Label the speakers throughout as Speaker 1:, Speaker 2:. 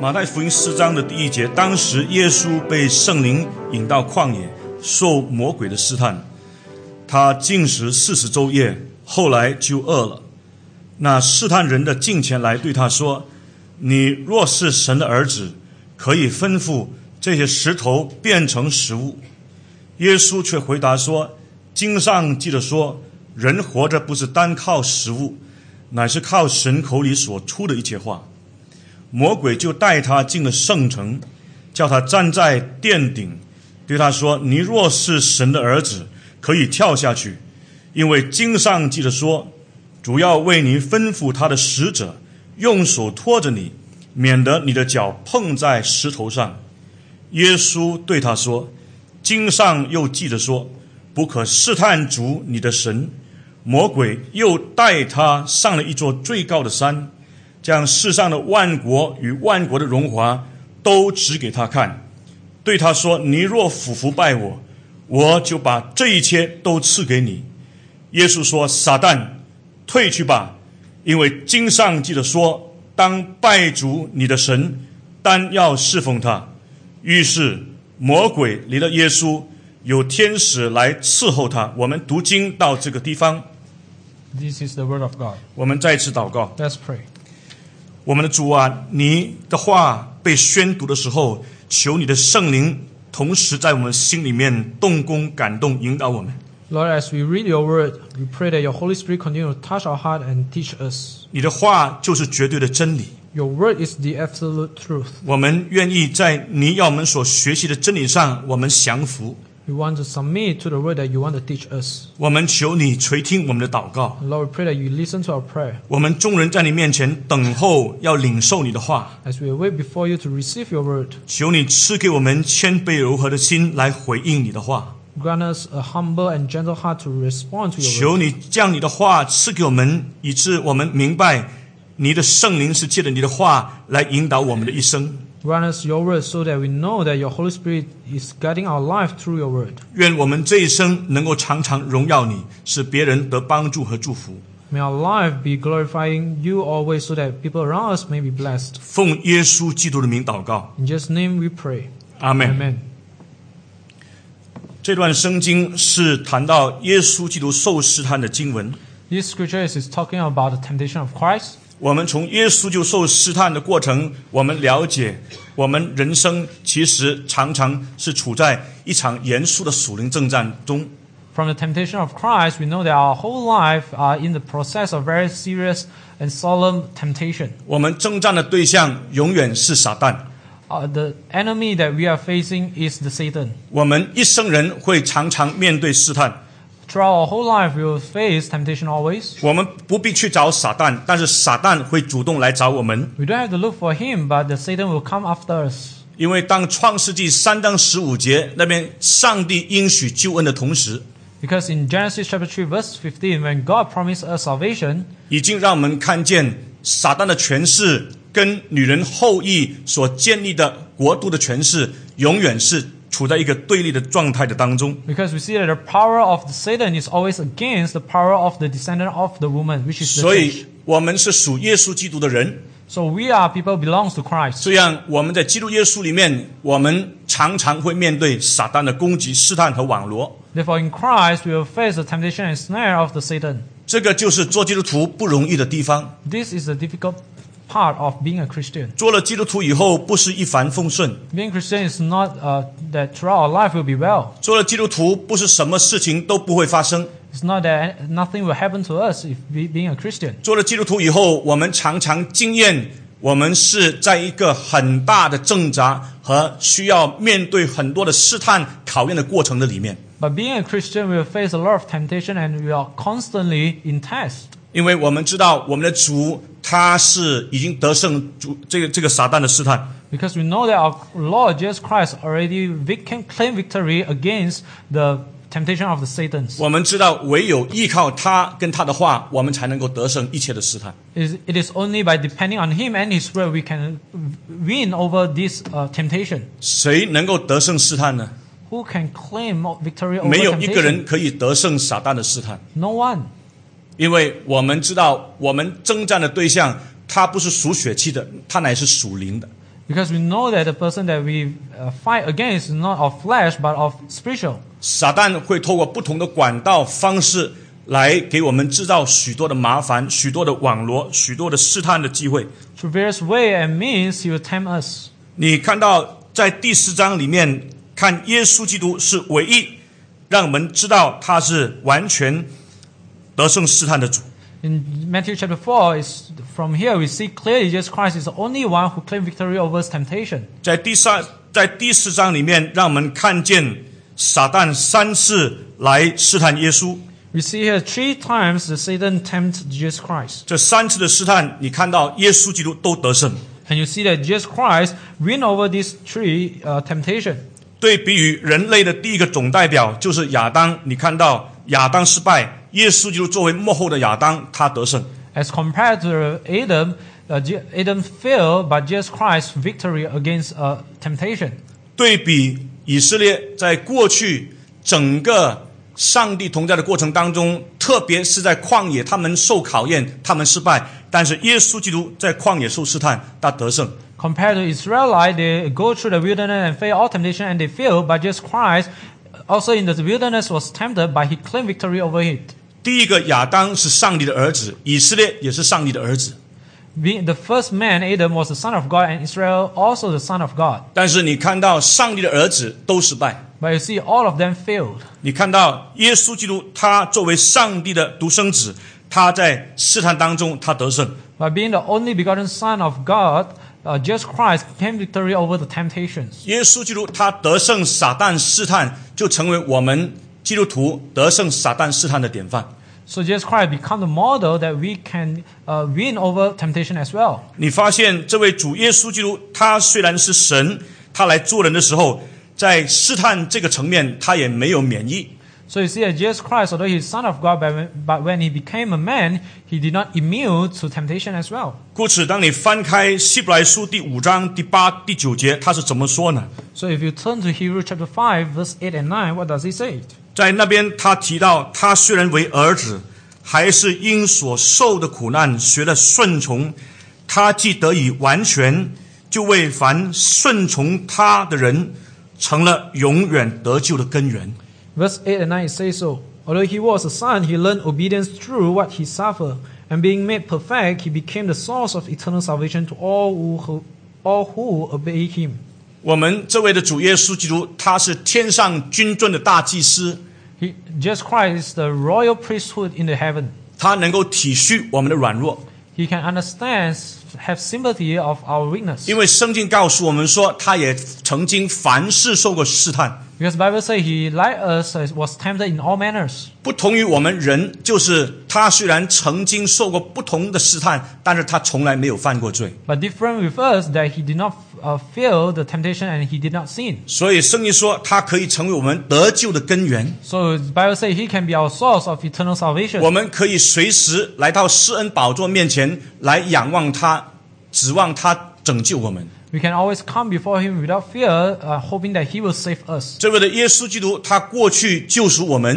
Speaker 1: 马太福音四章的第一节，当时耶稣被圣灵引到旷野，受魔鬼的试探，他禁食四十昼夜，后来就饿了。那试探人的近前来对他说：“你若是神的儿子，可以吩咐这些石头变成食物。”耶稣却回答说：“经上记着说，人活着不是单靠食物，乃是靠神口里所出的一切话。”魔鬼就带他进了圣城，叫他站在殿顶，对他说：“你若是神的儿子，可以跳下去，因为经上记着说，主要为你吩咐他的使者，用手托着你，免得你的脚碰在石头上。”耶稣对他说：“经上又记着说，不可试探主你的神。”魔鬼又带他上了一座最高的山。将世上的万国与万国的荣华都指给他看，对他说：“你若俯伏拜我，我就把这一切都赐给你。”耶稣说：“撒旦，退去吧，因为经上记着说，当拜主你的神，单要侍奉他。”于是魔鬼离了耶稣，有天使来伺候他。我们读经到这个地方，
Speaker 2: This is the word of God.
Speaker 1: 我们再次祷告。
Speaker 2: Let's pray.
Speaker 1: 我们的主啊，你的话被宣读的时候，求你的圣灵同时在我们心里面动工、感动、引导我们。
Speaker 2: Lord, as we read your word, we pray that your Holy Spirit continue to touch our heart and teach us.
Speaker 1: 你的话就是绝对的真理，
Speaker 2: Your word is the absolute truth.
Speaker 1: 我们愿意在你要我们所学习的真理上，我们降服。
Speaker 2: We want to submit to the word that you want to teach us.
Speaker 1: 我们求你垂听我们的祷告。
Speaker 2: And Lord, we pray that you listen to our prayer
Speaker 1: 我们众人在你面前等候，要领受你的话。
Speaker 2: as we await before you to receive your word.
Speaker 1: 求你赐给我们谦卑柔和的心来回应你的话。
Speaker 2: Grant us a humble and gentle heart to respond to your word.
Speaker 1: 求你将你的话赐给我们，以致我们明白你的圣灵是借着你的话来引导我们的一生。
Speaker 2: Grant us your word so that we know that your Holy Spirit is guiding our life through your word.
Speaker 1: 愿我们这一生能够常常荣耀你，使别人得帮助和祝福。
Speaker 2: May our life be glorifying you always so that people around us may be blessed.
Speaker 1: 奉耶稣基督的名祷告，
Speaker 2: In Jesus' name we pray.
Speaker 1: 阿门。
Speaker 2: Amen.
Speaker 1: 这段圣经是谈到耶稣基督受试探的经文。
Speaker 2: This scripture is, is talking about the temptation of Christ.
Speaker 1: 我们从耶稣就受试探的过程，我们了解，我们人生其实常常是处在一场严肃的属灵征战中。
Speaker 2: From the temptation of Christ, we know that our whole life are in the process of very serious and solemn temptation.
Speaker 1: 我们征战的对象永远是撒旦。
Speaker 2: Uh, the enemy that we are facing is the Satan.
Speaker 1: 我们一生人会常常面对试探，
Speaker 2: Throughout our whole life, we will face temptation always.
Speaker 1: 我们不必去找撒旦，但是撒旦会主动来找我们。
Speaker 2: We don't have to look for him, but the Satan will come after us.
Speaker 1: 因为当创世纪三章十五节那边上帝应许救恩的同时，
Speaker 2: Because in Genesis chapter 3, verse 15, when God promised us salvation,
Speaker 1: 已经让我们看见撒旦的权势跟女人后裔所建立的国度的权势，永远是处在一个对立的状态的当中。
Speaker 2: because we see that the power of the Satan is always against the power of the descendant of the woman, which is the
Speaker 1: 所
Speaker 2: church.
Speaker 1: 以，我们是属耶稣基督的人，
Speaker 2: So we are people belongs to Christ.
Speaker 1: 这样，我们在基督耶稣里面，我们常常会面对撒旦的攻击、试探和网罗。
Speaker 2: Therefore, in Christ, we will face the temptation and snare of the Satan.
Speaker 1: 这个就是做基督徒不容易的地方。
Speaker 2: This is the difficult part of being a Christian.
Speaker 1: 做了基督徒以后，不是一帆风顺；
Speaker 2: Being Christian is not uh, that throughout our life will be well.
Speaker 1: 做了基督徒，不是什么事情都不会发生。
Speaker 2: It's not that nothing will happen to us if we, being a Christian.
Speaker 1: 做了基督徒以后，我们常常经验，我们是在一个很大的挣扎和需要面对很多的试探、考验的过程的里面，
Speaker 2: But being a Christian, we will face a lot of temptation and we are constantly in test
Speaker 1: 因为我们知道我们的主他是已经得胜主这个这个撒旦的试探。
Speaker 2: because we know that our Lord Jesus Christ already vic- can claim victory against the temptation of the Satan's.
Speaker 1: 我们知道，唯有依靠他跟他的话，我们才能够得胜一切的试探。
Speaker 2: is it is only by depending on him and his word we can win over this uh, temptation
Speaker 1: 谁能够得胜试探呢？
Speaker 2: who can claim victory over
Speaker 1: 没有一个
Speaker 2: temptation
Speaker 1: 人可以得胜撒旦的试探，
Speaker 2: no one
Speaker 1: 因为我们知道，我们征战的对象他不是属血气的，他乃是属灵的。
Speaker 2: Because we know that the person that we uh, fight against is not of flesh, but of spiritual.
Speaker 1: 撒旦会透过不同的管道方式来给我们制造许多的麻烦、许多的网罗、许多的试探的机会。
Speaker 2: Through various ways and means, he will tempt us.
Speaker 1: 你看到在第四章里面，看耶稣基督是唯一让我们知道他是完全得胜试探的主。
Speaker 2: In Matthew chapter 4, is from here we see clearly Jesus Christ is the only one who claimed victory over temptation.
Speaker 1: 在第三在第四章里面，让我们看见撒旦三次来试探耶稣。
Speaker 2: We see here three times the Satan tempts Jesus Christ.
Speaker 1: 这三次的试探，你看到耶稣基督都得胜。
Speaker 2: And you see that Jesus Christ win over these three uh, temptation.
Speaker 1: 对比于人类的第一个总代表就是亚当，你看到亚当失败，耶稣基督作为幕后的亚当，他得胜。
Speaker 2: As compared to Adam, uh, Je- Adam fell, but Jesus Christ's victory against uh, temptation.
Speaker 1: 对比以色列在过去整个上帝同在的过程当中，特别是在旷野，他们受考验，他们失败，但是耶稣基督在旷野受试探，他得胜。
Speaker 2: Compared to Israelite, they go through the wilderness and face all temptation and they fail, but Jesus Christ uh, also in the wilderness was tempted, but he claimed victory over it.
Speaker 1: 第一个亚当是上帝的儿子，以色列也是上帝的儿子。
Speaker 2: Being the first man, Adam, was the son of God, and Israel also the son of God.
Speaker 1: 但是你看到上帝的儿子都失败，
Speaker 2: But you see, all of them failed.
Speaker 1: 你看到耶稣基督，他作为上帝的独生子，他在试探当中他得胜。
Speaker 2: By being the only begotten Son of God, uh, Jesus Christ claimed victory over the temptations.
Speaker 1: 耶稣基督他得胜撒旦试探，就成为我们基督徒得胜撒旦试探的典范。
Speaker 2: So Jesus Christ become the model that we can uh, win over temptation as well.
Speaker 1: 你发现这位主耶稣基督，他虽然是神，他来做人的时候，在试探这个层面，他也没有免疫。
Speaker 2: So you see that Jesus Christ, although he's Son of God, but when, but when he became a man, he did not immune to temptation as well.
Speaker 1: 故此，当你翻开希伯来书第五章第八、第九节，他是怎么说呢？
Speaker 2: So if you turn to Hebrews chapter 5, verse 8 and 9, what does he say?
Speaker 1: 在那边，他提到，他虽然为儿子，还是因所受的苦难学了顺从。他既得以完全，就为凡顺从他的人，成了永远得救的根源。
Speaker 2: Verse 8 and 9 say so. Although he was a son, he learned obedience through what he suffered, and being made perfect, he became the source of eternal salvation to all who, who- all who obey him.
Speaker 1: 我们这位的主耶稣基督，他是天上君尊的大祭司，
Speaker 2: He, Jesus Christ is the royal priesthood in the heaven.
Speaker 1: 他能够体恤我们的软弱，
Speaker 2: He can understand, have sympathy of our weakness.
Speaker 1: 因为圣经告诉我们说，他也曾经凡事受过试探。
Speaker 2: Because Bible says he, like us, was tempted in all manners.
Speaker 1: 不同于我们人，就是他虽然曾经受过不同的试探，但是他从来没有犯过罪。
Speaker 2: But different with us, that he did not uh, feel the temptation and he did not sin.
Speaker 1: 所以圣经说，他可以成为我们得救的根源。
Speaker 2: So Bible says he can be our source of eternal salvation.
Speaker 1: 我们可以随时来到施恩宝座面前来仰望他，指望他拯救我们。
Speaker 2: We can always come before Him without fear, uh, hoping that He will save us.
Speaker 1: 这位的耶稣基督，他过去救赎我们；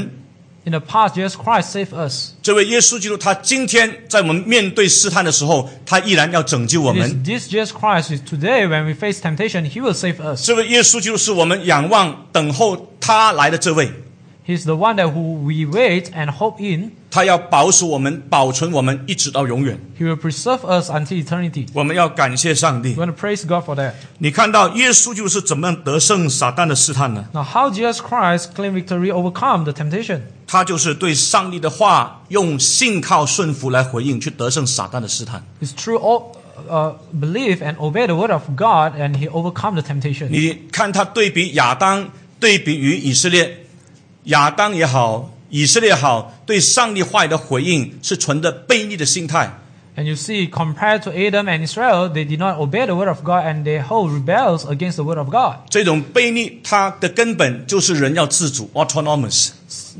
Speaker 2: In the past, Jesus Christ saved us.
Speaker 1: 这位耶稣基督，他今天在我们面对试探的时候，他依然要拯救我
Speaker 2: It
Speaker 1: 们
Speaker 2: is。this Jesus Christ is today when we face temptation, He will save us.
Speaker 1: 这位耶稣基督是我们仰望、等候他来的这位。
Speaker 2: He's the one that who we wait and hope in.
Speaker 1: 他要保守我们、保存我们，一直到永远。
Speaker 2: He will preserve us until eternity.
Speaker 1: 我们要感谢上帝
Speaker 2: We。want to praise God for that.
Speaker 1: 你看到耶稣就是怎么样得胜撒旦的试探呢？
Speaker 2: Now, how Jesus Christ claimed victory overcome the temptation?
Speaker 1: 他就是对上帝的话用信靠顺服来回应，去得胜撒旦的试探。
Speaker 2: It's through all, uh, belief and obey the word of God, and He overcome the temptation.
Speaker 1: 你看他对比亚当，对比于以色列，亚当也好，以色列也好，对上帝话语的回应是存着悖逆的心态。
Speaker 2: And you see, compared to Adam and Israel, they did not obey the word of God and they whole rebels against the word of God.
Speaker 1: 这种悖逆，它的根本就是人要自主 （autonomous）。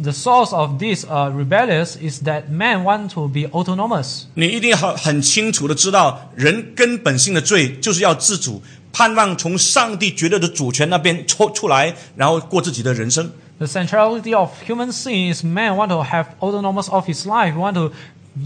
Speaker 2: The source of this uh, rebellious is that man wants to be autonomous.
Speaker 1: 你一定要很清楚的知道，人根本性的罪就是要自主，盼望从上帝绝对的主权那边抽出来，然后过自己的人生。
Speaker 2: The centrality of human sin is man want to have autonomous of his life, want to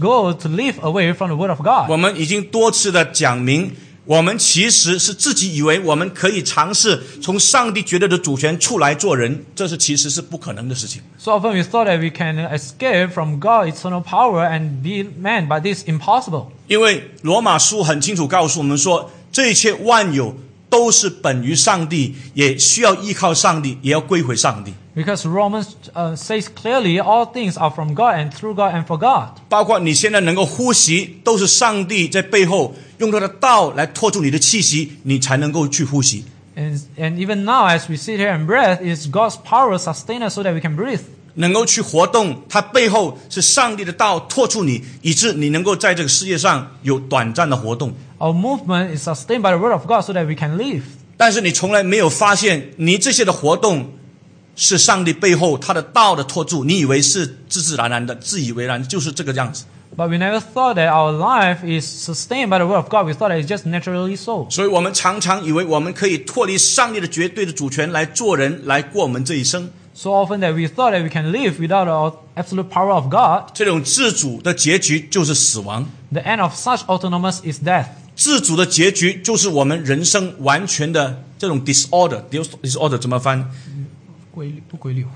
Speaker 2: go to live away from the word of
Speaker 1: 我
Speaker 2: God.
Speaker 1: 们已经多次的讲明，我们其实是自己以为我们可以尝试从上帝绝对的主权出来做人，这是其实是不可能的事情。
Speaker 2: So often we thought that we can escape from God's eternal power and be man, but this is impossible.
Speaker 1: 因为罗马书很清楚告诉我们说，这一切万有都是本于上帝，也需要依靠上帝，也要归回上帝。
Speaker 2: Because Romans uh, says clearly all things are from God and through God and for God.
Speaker 1: 包括你现在能够呼吸，都是上帝在背后用他的道来托住你的气息，你才能够去呼吸。
Speaker 2: And, and even now, as we sit here and breathe, it's God's power sustain us so that we can breathe.
Speaker 1: 能够去活动，它背后是上帝的道托住你，以致你能够在这个世界上有短暂的活动。
Speaker 2: Our movement is sustained by the word of God so that we can live.
Speaker 1: 但是你从来没有发现，你这些的活动是上帝背后他的道的托住，你以为是自自然然的，自以为然就是这个样子。
Speaker 2: But we never thought that our life is sustained by the word of God. We thought that it's just naturally so.
Speaker 1: 所以我们常常以为我们可以脱离上帝的绝对的主权来做人，来过我们这一生。
Speaker 2: So often that we thought that we can live without the absolute power of God.
Speaker 1: 这种自主的结局就是死亡，
Speaker 2: The end of such autonomous is death.
Speaker 1: 自主的结局就是我们人生完全的这种 disorder dis disorder 怎么翻？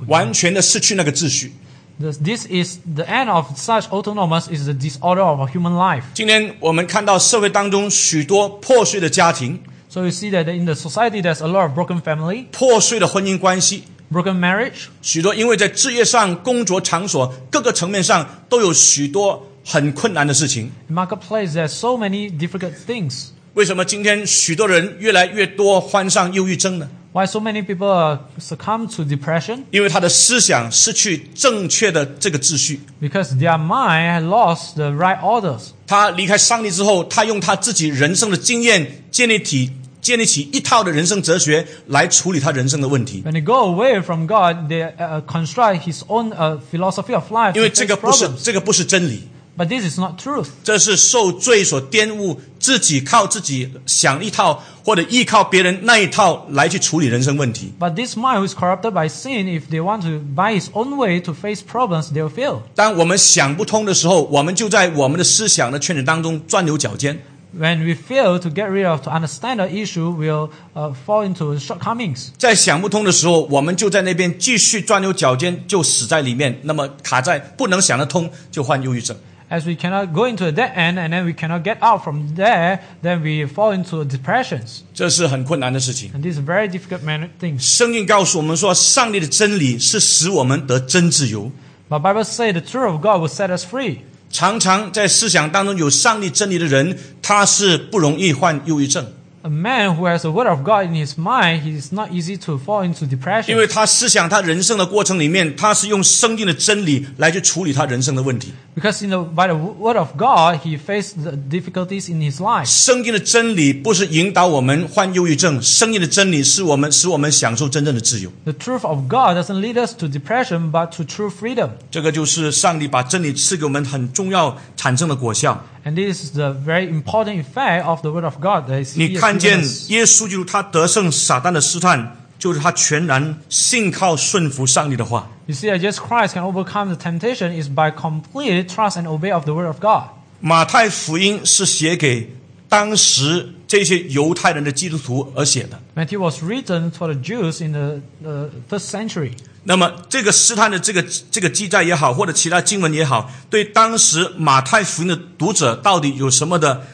Speaker 1: 完全的失去那个秩序。
Speaker 2: This, this is the end of such autonomous is the disorder of a human life.
Speaker 1: 今天我们看到社会当中许多破碎的家庭、
Speaker 2: So you see that in the society there's a lot of broken family,
Speaker 1: 破碎的婚姻关系，
Speaker 2: broken marriage,
Speaker 1: 许多因为在置业上、工作场所各个层面上都有许多很困难的事情。
Speaker 2: marketplace. There's so many difficult things.
Speaker 1: 为什么今天许多人越来越多患上忧郁症呢？
Speaker 2: Why so many people uh, succumb to depression?
Speaker 1: 因为他的思想失去正确的这个秩序。
Speaker 2: Because their mind had lost the right orders.
Speaker 1: 他离开上帝之后，他用他自己人生的经验建立体建立起一套的人生哲学来处理他人生的问题。
Speaker 2: When they go away from God, they uh, construct his own uh, philosophy of life.
Speaker 1: 因为
Speaker 2: To
Speaker 1: 这个
Speaker 2: fix
Speaker 1: 不是
Speaker 2: problems.
Speaker 1: 这个不是真理，
Speaker 2: But this is not truth.
Speaker 1: 这是受罪所玷污，自己靠自己想一套或者依靠别人那一套来去处理人生问题。
Speaker 2: But this mind who is corrupted by sin, if they want to by his own way to face problems, they will fail.
Speaker 1: 当我们想不通的时候，我们就在我们的思想的圈子当中钻牛角尖。
Speaker 2: When we fail to get rid of, to understand the issue, we'll uh, fall into shortcomings.
Speaker 1: 在想不通的时候，我们就在那边继续钻牛角尖，就死在里面。那么卡在不能想得通，就患忧郁症。
Speaker 2: As we cannot go into a dead end and then we cannot get out from there, then we fall into depressions.
Speaker 1: 这是很困难的事情。
Speaker 2: And these are very difficult man- things.
Speaker 1: 圣经告诉我们说，上帝的真理是使我们得真自由。
Speaker 2: But Bible says the truth of God will set us free.
Speaker 1: 常常在思想当中有上帝真理的人，他是不容易患忧郁症，
Speaker 2: A man who has the word of God in his mind, he is not easy to fall into
Speaker 1: 因
Speaker 2: depression
Speaker 1: 为他思想他人生的过程里面，他是用圣经的真理来去处理他人生的问题。
Speaker 2: because you know, by the w- word of God, he faced the difficulties in his life.
Speaker 1: 圣经的真理不是引导我们患忧郁症，圣经的真理是我们使我们享受真正的自由。
Speaker 2: The truth of God doesn't lead us to depression, but to true freedom.
Speaker 1: 这个就是上帝把真理赐给我们很重要产生的果效。
Speaker 2: And this is the very important effect of the word of God. That is
Speaker 1: 你
Speaker 2: He has
Speaker 1: 看
Speaker 2: given
Speaker 1: 见
Speaker 2: us.
Speaker 1: 耶稣基督他得胜撒旦的试探，就是他全然信靠顺服上帝的话。
Speaker 2: You see, that just Christ can overcome the temptation is by complete trust and obey of the word of God.
Speaker 1: 马太福音是写给当时这些犹太人的基督徒而写的。
Speaker 2: Matthew was written for the Jews in the uh, first century.
Speaker 1: 那么这个试探的这个这个记载也好，或者其他经文也好，对当时马太福音的读者到底有什么的，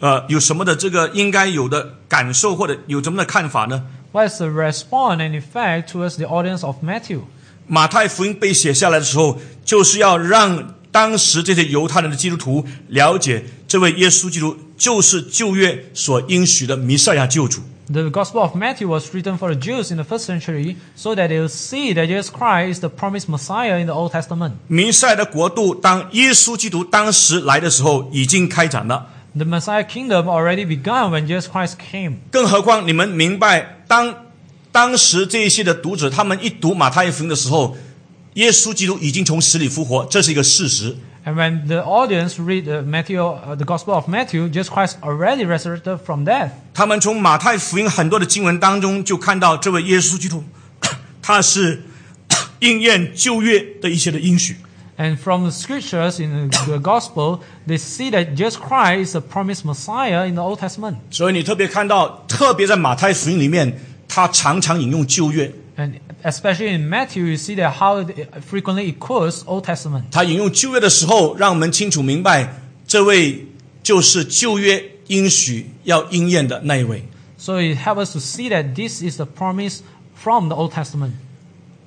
Speaker 1: 呃，有什么的这个应该有的感受或者有什么的看法呢？
Speaker 2: What is the response and effect towards the audience of Matthew?
Speaker 1: 马太福音被写下来的时候，就是要让当时这些犹太人的基督徒了解，这位耶稣基督就是旧约所应许的弥赛亚救主。
Speaker 2: The Gospel of Matthew was written for the Jews in the first century so that they will see that Jesus Christ is the promised Messiah in the Old Testament.
Speaker 1: 弥赛亚的国度，当耶稣基督当时来的时候，已经开展了。
Speaker 2: The Messiah kingdom already began when Jesus Christ came.
Speaker 1: 更何况你们明白，当当时这一些的读者，他们一读马太福音的时候，耶稣基督已经从死里复活，这是一个事实。
Speaker 2: And when the audience read uh, Matthew, uh, the Gospel of Matthew, Jesus Christ already resurrected from death.
Speaker 1: 他们从马太福音很多的经文当中就看到，这位 耶稣基督，他是应验旧约的一些的应许。
Speaker 2: And from the scriptures in the the gospel, they see that Jesus Christ is the promised Messiah in the Old Testament.
Speaker 1: 所以你特别看到，特别在马太福音里面，他常常引用旧约，
Speaker 2: And especially in Matthew, you see that how it frequently it quotes Old Testament.
Speaker 1: 他引用旧约的时候，让我们清楚明白，这位就是旧约应许要应验的那一位。
Speaker 2: So it helps us to see that this is the promise from the Old Testament.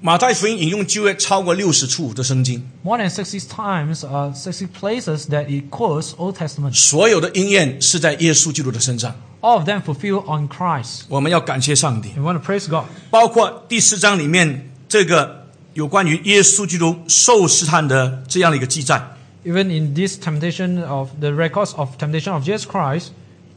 Speaker 1: 马太福音引用旧约超过六十处的圣经，
Speaker 2: More than 60 times, uh, 60 places that it quotes Old Testament.
Speaker 1: 所有的应验是在耶稣基督的身上。
Speaker 2: All of them fulfilled on Christ.
Speaker 1: 我们要感谢上帝，
Speaker 2: We want to praise God.
Speaker 1: 包括第四章里面这个有关于耶稣基督受试探的这样的一个记载。
Speaker 2: Even in this temptation of the records of temptation of Jesus Christ,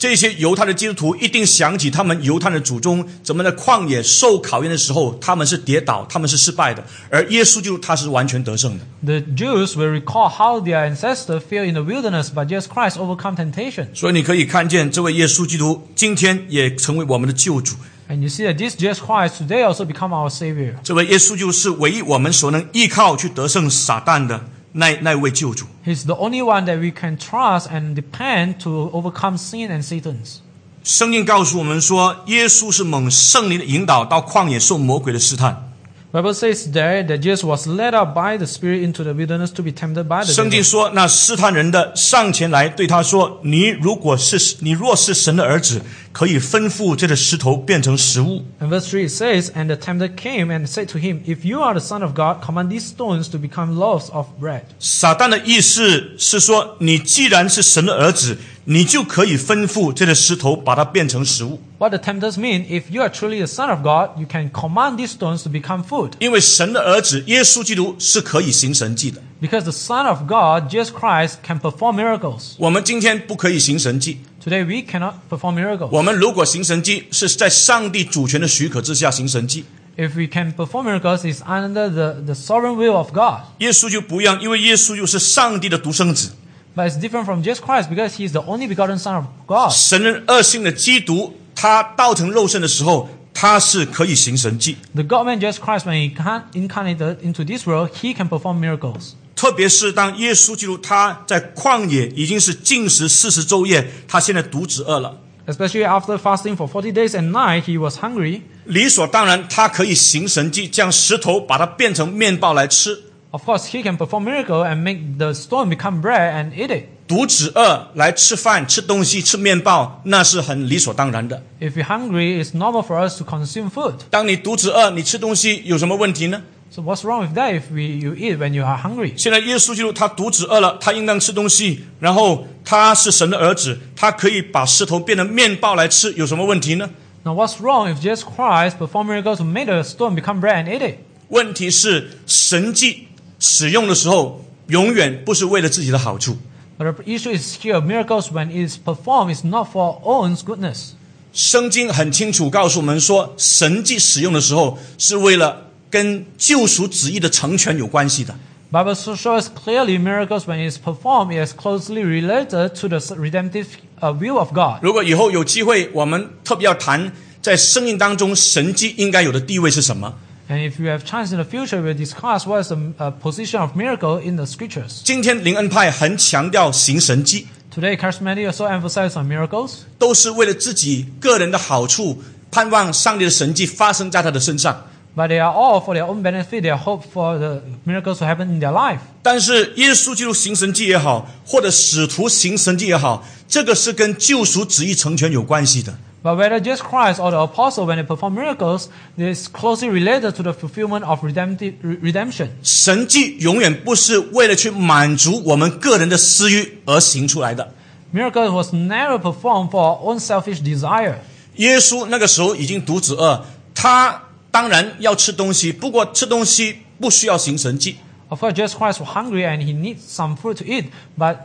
Speaker 1: 这些犹太的基督徒一定想起他们犹太的祖宗怎么在旷野受考验的时候，他们是跌倒，他们是失败的，而耶稣基督他是完全得胜的。
Speaker 2: the Jews will recall how their ancestors fell in the wilderness, but Jesus Christ overcome temptation.
Speaker 1: 所以你可以看见，这位耶稣基督今天也成为我们的救主。
Speaker 2: And you see that this Jesus Christ today also become our Savior.
Speaker 1: 这位耶稣基督是唯一我们所能依靠去得胜撒旦的那那位救主。
Speaker 2: He's the only one that we can trust and depend to overcome sin and Satan's.
Speaker 1: 圣经告诉我们说，耶稣是蒙圣灵的引导到旷野受魔鬼的试探。
Speaker 2: Bible says there that Jesus was led up by the Spirit into the wilderness to be tempted by the
Speaker 1: 圣
Speaker 2: devil.
Speaker 1: 经说，那试探人的上前来对他说：“你如果是你若是神的儿子，可以吩咐这个石头变成食物。
Speaker 2: And verse 3 it says, And the tempter came and said to him, If you are the Son of God, command these stones to become loaves of bread. ”
Speaker 1: 撒旦的意思是说，你既然是神的儿子，你就可以吩咐这个石头把它变成食物，
Speaker 2: What the tempters mean, if you are truly the Son of God, you can command these stones to become food.
Speaker 1: 因为神的儿子耶稣基督是可以行神迹的。
Speaker 2: Because the Son of God, Jesus Christ, can perform miracles.
Speaker 1: 我们今天不可以行神迹，
Speaker 2: Today we cannot perform miracles.
Speaker 1: 我们如果行神迹，是在上帝主权的许可之下行神迹。
Speaker 2: If we can perform miracles, it's under the, the sovereign will of God.
Speaker 1: 耶稣就不一样，因为耶稣就是上帝的独生子。
Speaker 2: But it's different from Jesus Christ because he is the only begotten Son of God.
Speaker 1: 神人二性的基督，他道成肉身的时候，他是可以行神迹，
Speaker 2: The God man Jesus Christ, when he incarn- incarnated into this world, he can perform miracles.
Speaker 1: 特别是当耶稣基督他在旷野已经是禁食四十昼夜，他现在肚子饿了，
Speaker 2: Especially after fasting for 40 days and night, he was hungry.
Speaker 1: 理所当然他可以行神迹，将石头把它变成面包来吃。
Speaker 2: Of course, he can perform miracle and make the stone become bread and eat it.
Speaker 1: 肚子饿来吃饭、吃东西、吃面包，那是很理所当然的。
Speaker 2: If you're hungry, it's normal for us to consume food.
Speaker 1: 当你肚子饿，你吃东西有什么问题呢？
Speaker 2: So what's wrong with that if we, you eat when you are hungry?
Speaker 1: 现在耶稣基督他肚子饿了，他应当吃东西，然后他是神的儿子，他可以把石头变成面包来吃，有什么问题呢？
Speaker 2: Now what's wrong if Jesus Christ performed miracles to make the stone become bread and eat it?
Speaker 1: 问题是神迹使用的时候，永远不是为了自己的好处。
Speaker 2: But the issue is here, miracles when it is performed is not for our own goodness.
Speaker 1: 圣经很清楚告诉我们说，神迹使用的时候是为了跟救赎旨意的成全有关系的。
Speaker 2: Bible so- shows clearly miracles when it is performed is closely related to the s- redemptive uh, will of God.
Speaker 1: 如果以后有机会，我们特别要谈在生命当中神迹应该有的地位是什么。
Speaker 2: And if you have chance in the future, we'll discuss what is the uh, position of miracle in the scriptures.
Speaker 1: 今天灵恩派很强调行神迹。
Speaker 2: Today, charismatic also emphasizes on miracles.
Speaker 1: 都是为了自己个人的好处，盼望上帝的神迹发生在他的身上。
Speaker 2: But they are all for their own benefit. They are hope for the miracles to happen in their life.
Speaker 1: 但是耶稣基督行神迹也好，或者使徒行神迹也好，这个是跟救赎旨意成全有关系的。
Speaker 2: But whether Jesus Christ or the apostle, when they perform miracles, this is closely related to the fulfillment of redemptive, re- redemption.
Speaker 1: 神迹永远不是为了去满足我们个人的私欲而行出来的。
Speaker 2: Miracle was never performed for our own selfish desire.
Speaker 1: 耶稣那个时候已经肚子饿，他当然要吃东西，不过吃东西不需要行神迹。
Speaker 2: Of course, Jesus Christ was hungry and he needs some food to eat. But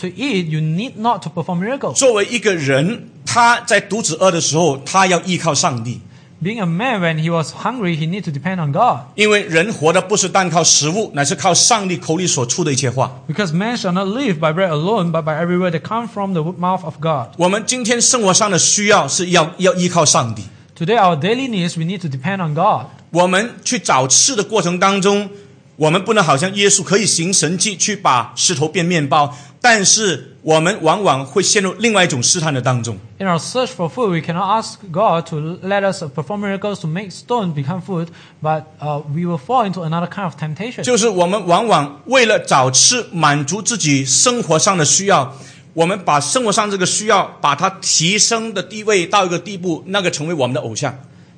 Speaker 2: to eat, you need not to perform miracles.
Speaker 1: 作为一个人，他在肚子饿的时候，他要依靠上帝。
Speaker 2: Being a man, when he was hungry, he need to depend on God.
Speaker 1: 因为人活的不是单靠食物，乃是靠上帝口里所出的一切话。
Speaker 2: Because man shall not live by bread alone, but by every word that comes from the mouth of God.
Speaker 1: 我们今天生活上的需要是要要依靠上帝。
Speaker 2: Today, our daily needs, we need to depend on God.
Speaker 1: 我们去找吃的过程当中，我们不能好像耶稣可以行神迹去把石头变面包，但是我们往往会陷入另外一种试探的当中。
Speaker 2: In our search for food, we cannot ask God to let us uh, perform miracles to make stone become food, but uh, we will fall into another kind of temptation.
Speaker 1: 就是我们往往为了找吃满足自己生活上的需要，我们把生活上这个需要把它提升的地位到一个地步，那个成为我们的偶像。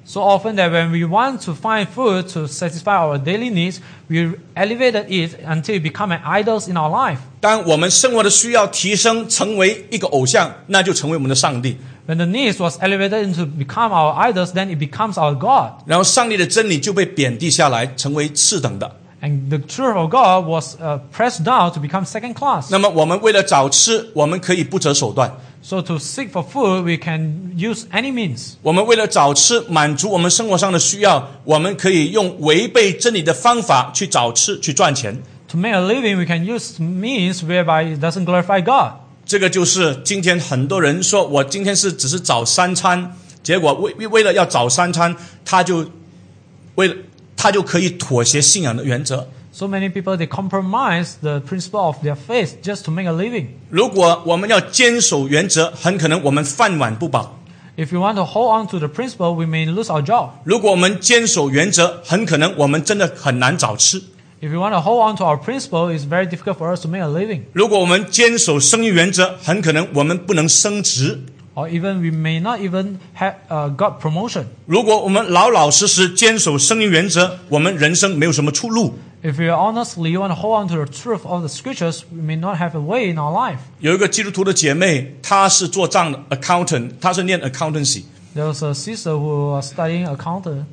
Speaker 2: So often that when we want to find food to satisfy our daily needs, we elevated it until it become an idols in our life.
Speaker 1: 当我们生活的需要提升成为一个偶像，那就成为我们的上帝。
Speaker 2: When the needs was elevated into become our idols, then it becomes our God.
Speaker 1: 然后上帝的真理就被贬低下来，成为次等的。
Speaker 2: And the truth of God was uh, pressed down to become second class.
Speaker 1: 那么我们为了找吃，我们可以不择手段；
Speaker 2: So to seek for food, we can use any means.
Speaker 1: 我们为了找吃满足我们生活上的需要，我们可以用违背真理的方法去找吃去赚钱。
Speaker 2: To make a living, we can use means whereby it doesn't glorify God.
Speaker 1: 这个就是今天很多人说我今天是只是找三餐，结果为为为了要找三餐，他就为了他就可以妥协信仰的原则。
Speaker 2: So many people, they compromise the principle of their faith just to make a living.
Speaker 1: 如果我们要坚守原则，很可能我们饭碗不保；
Speaker 2: If we want to hold on to the principle, we may lose our job.
Speaker 1: 如果我们坚守原则，很可能我们真的很难找吃；
Speaker 2: If we want to hold on to our principle, it's very difficult for us to make a living.
Speaker 1: 如果我们坚守生育原则，很可能我们不能升职；
Speaker 2: Or even we may not even have uh, got promotion.
Speaker 1: 如果我们老老实实坚守生育原则，我们人生没有什么出路。
Speaker 2: If we honestly want to hold on to the truth of the scriptures, we may not have a way in our life.
Speaker 1: 有一个基督徒的姐妹，她是做账的 accountant，她是念 accountancy，
Speaker 2: There was a sister who was studying accounting.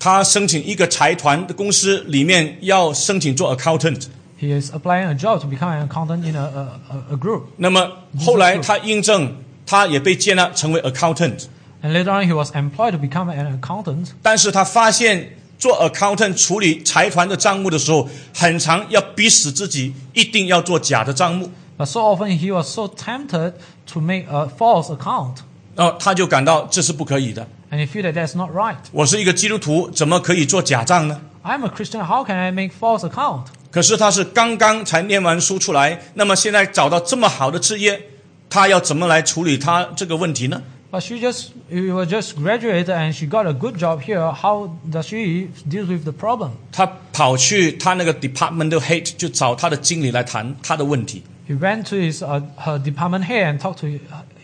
Speaker 1: 她申请一个财团的公司里面要申请做 accountant。
Speaker 2: He is applying a job to become an accountant in a, a, a- a group.
Speaker 1: 那么后来她应征，她也被接纳成为 accountant，
Speaker 2: And later on, he was employed to become an accountant.
Speaker 1: 但是她发现做 accountant 处理财团的账目的时候，很常要逼死自己，一定要做假的账目，
Speaker 2: But so often, he was so tempted to make a false account.
Speaker 1: 然后哦她就感到这是不可以的。
Speaker 2: And he feel that that's not right.
Speaker 1: 我是一个基督徒，怎么可以做假账呢？
Speaker 2: I'm a Christian. How can I make false account?
Speaker 1: 可是他是刚刚才念完书出来，那么现在找到这么好的职业，他要怎么来处理他这个问题呢？
Speaker 2: But she just she was just graduated and she got a good job here. How does she deal with the problem?
Speaker 1: 他跑去他那个 departmental head 就找他的经理来谈他的问题。
Speaker 2: He went to his uh, her department head and talked to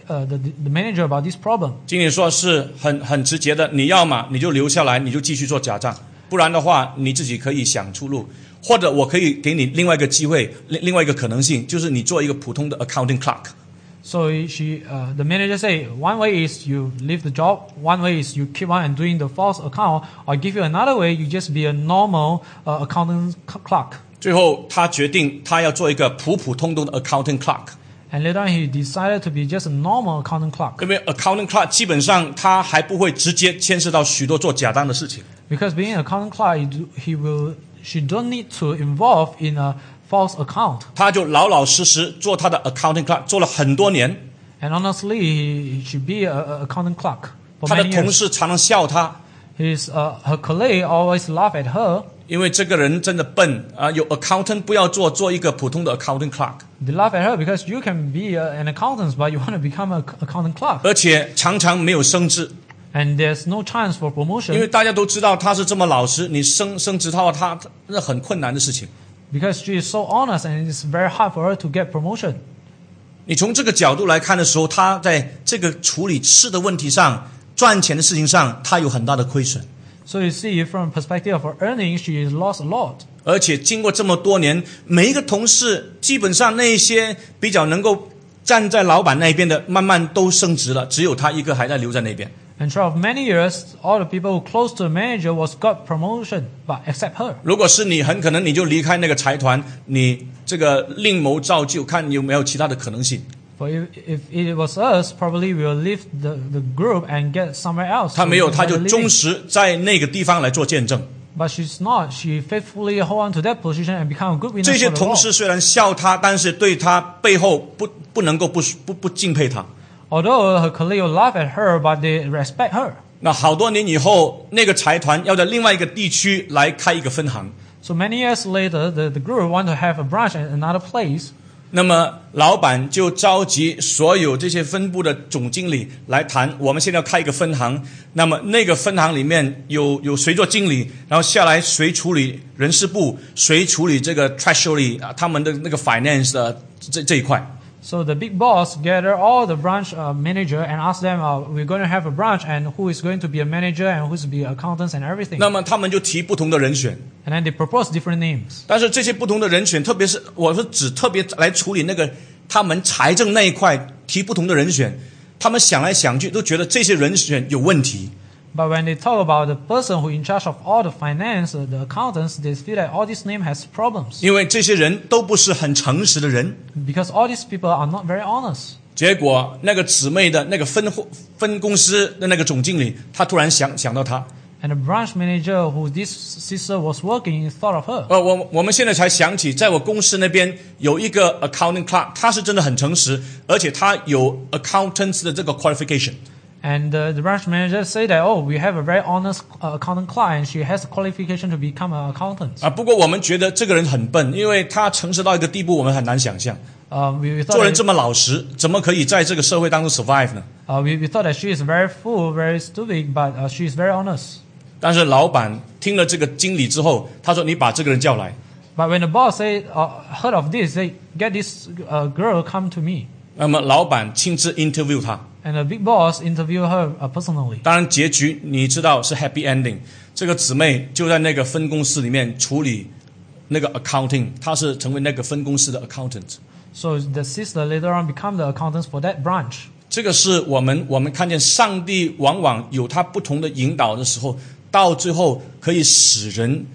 Speaker 2: uh, the, the manager about this problem.
Speaker 1: 经理说是很很直接的，你要嘛你就留下来，你就继续做假账，不然的话你自己可以想出路，或者我可以给你另外一个机会，另另外一个可能性就是你做一个普通的 accounting clerk。
Speaker 2: So she, uh, the manager say, one way is you leave the job. One way is you keep on and doing the false account. Or give you another way, you just be a normal uh, accountant c- clerk.
Speaker 1: 最后他决定他要做一个普普通通的 accounting clerk。
Speaker 2: And later on, he decided to be just a normal accountant clerk
Speaker 1: 因为 accounting clerk 基本上他还不会直接牵涉到许多做假账的事情，
Speaker 2: because being an accountant clerk, he, do- he will, she don't need to involve in a false account.
Speaker 1: 他就老老实实做他的 accounting clerk，做了很多年。
Speaker 2: And honestly, he, he should be a, a accountant clerk for
Speaker 1: 他的
Speaker 2: many
Speaker 1: 同
Speaker 2: years.
Speaker 1: 事常常笑他，
Speaker 2: His, uh, her colleague always laugh at her.
Speaker 1: 因为这个人真的笨啊！有 accountant 不要做，做一个普通的 accounting clerk，
Speaker 2: They laugh at her because you can be a, an accountant, but you want to become an accountant clerk.
Speaker 1: 而且常常没有升职，
Speaker 2: and there's no chance for
Speaker 1: 因为
Speaker 2: promotion
Speaker 1: 大家都知道他是这么老实，你升升职到他那很困难的事情。
Speaker 2: because she is so honest and it's very hard for her to get promotion.
Speaker 1: 你从这个角度来看的时候，他在哎这个处理吃的问题上、赚钱的事情上，他有很大的亏损。
Speaker 2: So you see, from perspective of her earnings, she has lost a lot.
Speaker 1: 而且经过这么多年，每一个同事基本上那些比较能够站在老板那边的，慢慢都升职了，只有他一个还在留在那边。
Speaker 2: And throughout many years, all the people who close to the manager was got promotion, but except her.
Speaker 1: 如果是你，很可能你就离开那个财团，你这个另谋造就，看有没有其他的可能性。
Speaker 2: For if, if it was us, probably we will leave the, the group and get somewhere else.
Speaker 1: 他
Speaker 2: to
Speaker 1: 没有，
Speaker 2: make
Speaker 1: 他就
Speaker 2: another
Speaker 1: 忠
Speaker 2: living.
Speaker 1: 实在那个地方来做见证。
Speaker 2: But she's not. She faithfully hold on to that position and become a good
Speaker 1: 这
Speaker 2: witness
Speaker 1: 些
Speaker 2: for the
Speaker 1: 同
Speaker 2: Lord.
Speaker 1: 事虽然笑他，但是对他背后不不能够不不不敬佩他。
Speaker 2: Although her colleague will laugh at her, but they respect her.
Speaker 1: 那好多年以后，那个财团要在另外一个地区来开一个分行。
Speaker 2: So many years later, the, the guru wanted to have a branch in another place.
Speaker 3: 那么老板就召集所有这些分部的总经理来谈，我们现在要开一个分行，那么那个分行里面有有谁做经理，然后下来谁处理人事部，谁处理这个 treasury 啊，他们的那个 finance 的这这一块。
Speaker 2: So the big boss gathered all the branch uh, manager and asked them, uh, "We're going to have a branch, and who is going to be a manager, and who's to be accountants, and everything."
Speaker 3: 那么他们就提不同的人选，
Speaker 2: And then they proposed different names.
Speaker 3: 但是这些不同的人选，特别是我是指特别来处理那个他们财政那一块，提不同的人选，他们想来想去都觉得这些人选有问题。
Speaker 2: But when they talk about the person who in charge of all the finance, uh, the accountants, they feel that all this name has problems
Speaker 3: 因为这些人都不是很诚实的人。
Speaker 2: because all these people are not very honest.
Speaker 3: 结果那个姊妹的那个分户分公司的那个总经理，他突然想想到他，
Speaker 2: And the branch manager who this sister was working thought of her.
Speaker 3: 呃，我我们现在才想起，在我公司那边有一个 accounting clerk，他是真的很诚实，而且他有 accountants 的这个 qualification。
Speaker 2: And uh, the branch manager said that, oh, we have a very honest uh, accountant client. and She has a qualification to become an accountant.
Speaker 3: 啊，不过我们觉得这个人很笨，因为他诚实到一个地步，我们很难想象，
Speaker 2: Um, we, we,
Speaker 3: 做
Speaker 2: thought
Speaker 3: 人这
Speaker 2: that,
Speaker 3: 么老实，怎么可以在这个社会当中 survive 呢？
Speaker 2: uh, we, we thought that she is very full, very stupid, but uh, she is very honest.
Speaker 3: 但是老板听了这个经理之后，他说：“你把这个人叫来。
Speaker 2: But when the boss said, uh, heard of this, they get this uh, girl come to me. ”
Speaker 3: 那么老板亲自 interview 他，
Speaker 2: And the big boss interviewed her uh, personally.
Speaker 3: 当然，结局你知道是 happy ending。这个姊妹就在那个分公司里面处理那个 accounting，她是成为那个分公司的 accountant。
Speaker 2: So the sister later on become the accountants for that branch.
Speaker 3: 这个是我们我们看见上帝往往有他不同的引导的时候，到最后可以使人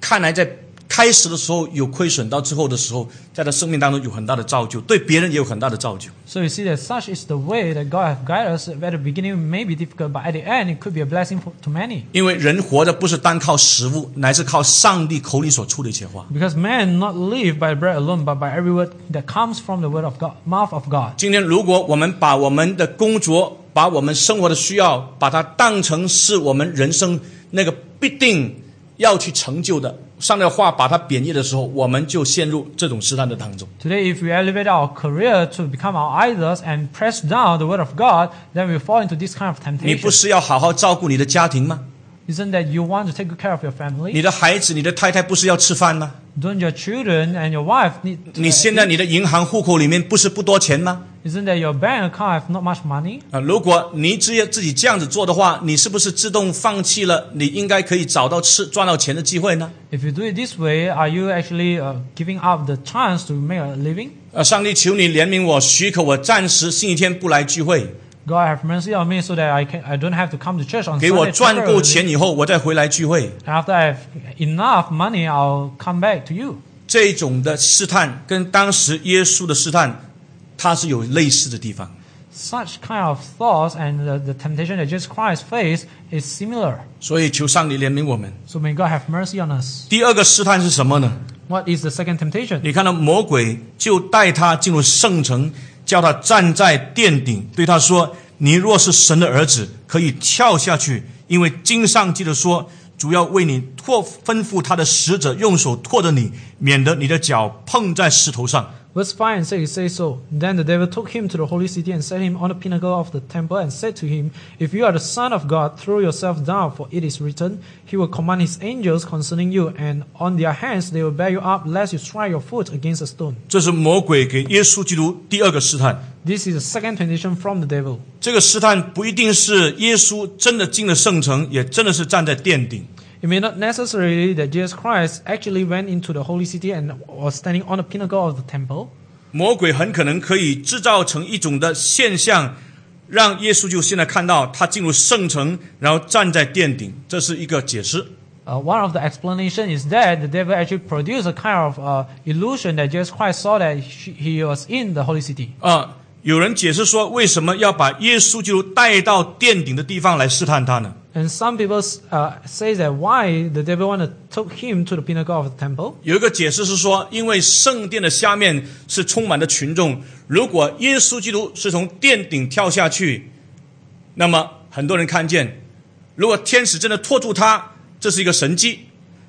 Speaker 3: 看来在开始的时候有亏损，到最后的时候，在他生命当中有很大的造就，对别人也有很大的造就。
Speaker 2: So you see that such is the way that God has guided us. At the beginning it may be difficult, but at the end it could be a blessing for, to many.
Speaker 3: 因为人活着不是单靠食物，乃是靠上帝口里所出的一切话。
Speaker 2: Because man not live by bread alone, but by every word that comes from the word of God, mouth of God.
Speaker 3: 今天，如果我们把我们的工作、把我们生活的需要，把它当成是我们人生那个必定要去成就的，上帝的话把它贬义的时候，我们就陷入这种试探的当中。
Speaker 2: Today, if we elevate our career to become our idols and press down the word of God, then we fall into this kind of
Speaker 3: 你不
Speaker 2: temptation.
Speaker 3: 是要好好照顾你的家庭吗？
Speaker 2: Isn't that you want to take good care of your
Speaker 3: 你
Speaker 2: family?
Speaker 3: 的孩子、你的太太不是要吃饭吗？
Speaker 2: Don't your children and your wife need? to-
Speaker 3: 你现在你的银行户口里面不是不多钱吗？
Speaker 2: Isn't that your bank account have not much money?
Speaker 3: 啊，如果你只有自己这样子做的话，你是不是自动放弃了你应该可以找到吃赚到钱的机会呢？
Speaker 2: If you do it this way, are you actually uh, giving up the chance to make a living?
Speaker 3: 呃，上帝，求你怜悯我，许可我暂时星期天不来聚会，
Speaker 2: God have mercy on me so that I can I don't have to come to church on
Speaker 3: 给我
Speaker 2: Sunday
Speaker 3: 赚够
Speaker 2: temporarily.
Speaker 3: 钱以后，我再回来聚会。
Speaker 2: And after I have enough money, I'll come back to you.
Speaker 3: 这种的试探跟当时耶稣的试探，它是有类似的地方。
Speaker 2: Such kind of thoughts and the, the temptation that Jesus Christ faced is similar.
Speaker 3: 所以求上帝怜悯我们。
Speaker 2: So may God have mercy on us.
Speaker 3: 第二个试探是什么呢？
Speaker 2: What is the second temptation?
Speaker 3: 你看到魔鬼就带他进入圣城，叫他站在殿顶，对他说：“你若是神的儿子，可以跳下去，因为经上记得说，主要为你托吩咐他的使者用手托着你，免得你的脚碰在石头上。”
Speaker 2: Verse 5 and 6 say so. Then the devil took him to the holy city and set him on the pinnacle of the temple and said to him, If you are the Son of God, throw yourself down, for it is written, He will command His angels concerning you, and on their hands they will bear you up, lest you strike your foot against a stone.
Speaker 3: 这是魔鬼给耶稣基督第二个试探。
Speaker 2: This is the second temptation from the devil.
Speaker 3: 这个试探不一定是耶稣真的进了圣城，也真的是站在殿顶。
Speaker 2: It may not necessarily that Jesus Christ actually went into the holy city and was standing on the pinnacle of the temple.
Speaker 3: 魔鬼很可能可以制造成一种的现象，让耶稣就现在看到他进入圣城，然后站在殿顶，这是一个解释。
Speaker 2: Uh, one of the explanation is that the devil actually produced a kind of uh, illusion that Jesus Christ saw that he, he was in the holy city.
Speaker 3: 啊，有人解释说，为什么要把耶稣基督带到殿顶的地方来试探他呢？
Speaker 2: And some people uh, say that why the devil wanted to took him to the pinnacle of the temple.
Speaker 3: 有一个解释是说，因为圣殿的下面是充满着群众，如果耶稣基督是从殿顶跳下去，那么很多人看见；如果天使真的托住他，这是一个神迹。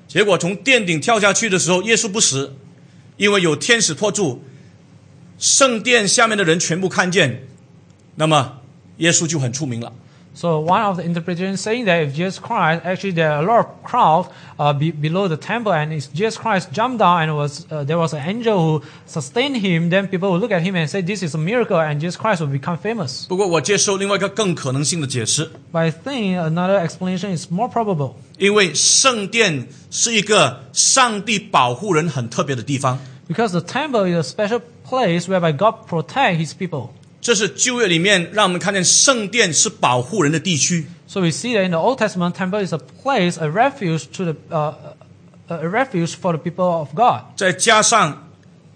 Speaker 3: 结果从殿顶跳下去的时候，耶稣不死，因为有天使托住，圣殿下面的人全部看见，那么耶稣就很出名了。
Speaker 2: So one of the interpretations saying that if Jesus Christ, actually there are a lot of crowd uh, be, below the temple, and if Jesus Christ jumped down and was uh, there was an angel who sustained him, then people will look at him and say this is a miracle, and Jesus Christ will become famous.
Speaker 3: 不过我接受另外一个更可能性的解释，
Speaker 2: But I think another explanation is more probable
Speaker 3: 因为圣殿是一个上帝保护人很特别的地方，
Speaker 2: because the temple is a special place whereby God protect His people.
Speaker 3: 这是旧约里面让我们看见圣殿是保护人的地区。
Speaker 2: So we see that in the Old Testament, temple is a place, a refuge to the, uh, a a refuge for the people of God.
Speaker 3: 再加上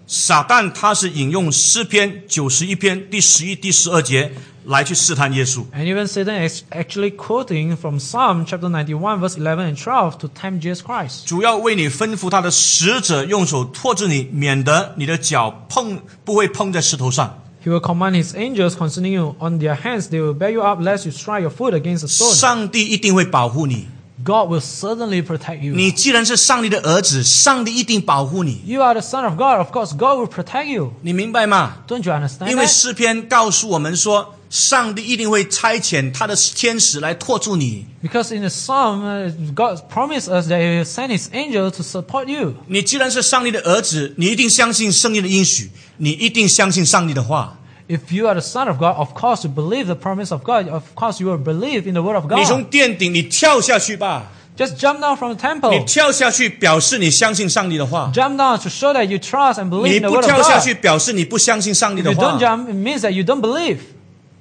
Speaker 3: 撒旦他是引用诗篇九十一篇第十一、第十二节来去试探耶稣，
Speaker 2: And even Satan is actually quoting from Psalm chapter 91, verse 11 and 12 to tempt Jesus Christ.
Speaker 3: 主要为你吩咐他的使者用手托住你，免得你的脚碰不会碰在石头上。
Speaker 2: He will command his angels concerning you on their hands, they will bear you up lest you strike your foot against a stone.
Speaker 3: 上帝一定会保护你。
Speaker 2: God will certainly protect you.
Speaker 3: 你既然是上帝的儿子，上帝一定保护你，
Speaker 2: You are the son of God, of course, God will protect you.
Speaker 3: 你明白吗？
Speaker 2: Don't you understand?
Speaker 3: 因为
Speaker 2: That?
Speaker 3: 诗篇告诉我们说，上帝一定会差遣他的天使来托住你。
Speaker 2: Because in the psalm, uh, God promised us that He will send His angel to support you.
Speaker 3: 你既然是上帝的儿子，你一定相信圣灵的应许，你一定相信上帝的话。
Speaker 2: If you are the son of God, of course you believe the promise of God. Of course you will believe in the word of
Speaker 3: 你从
Speaker 2: God.
Speaker 3: 殿顶你跳下去吧，
Speaker 2: Just jump down from the
Speaker 3: 你
Speaker 2: temple.
Speaker 3: 跳下去表示你相信上帝的话。
Speaker 2: Jump down to show that you trust and
Speaker 3: 你
Speaker 2: believe in the
Speaker 3: 不
Speaker 2: word of
Speaker 3: 跳下
Speaker 2: God.
Speaker 3: 去表示你不相信上帝
Speaker 2: If
Speaker 3: 的
Speaker 2: you
Speaker 3: 话
Speaker 2: don't。jump, it means that you don't believe.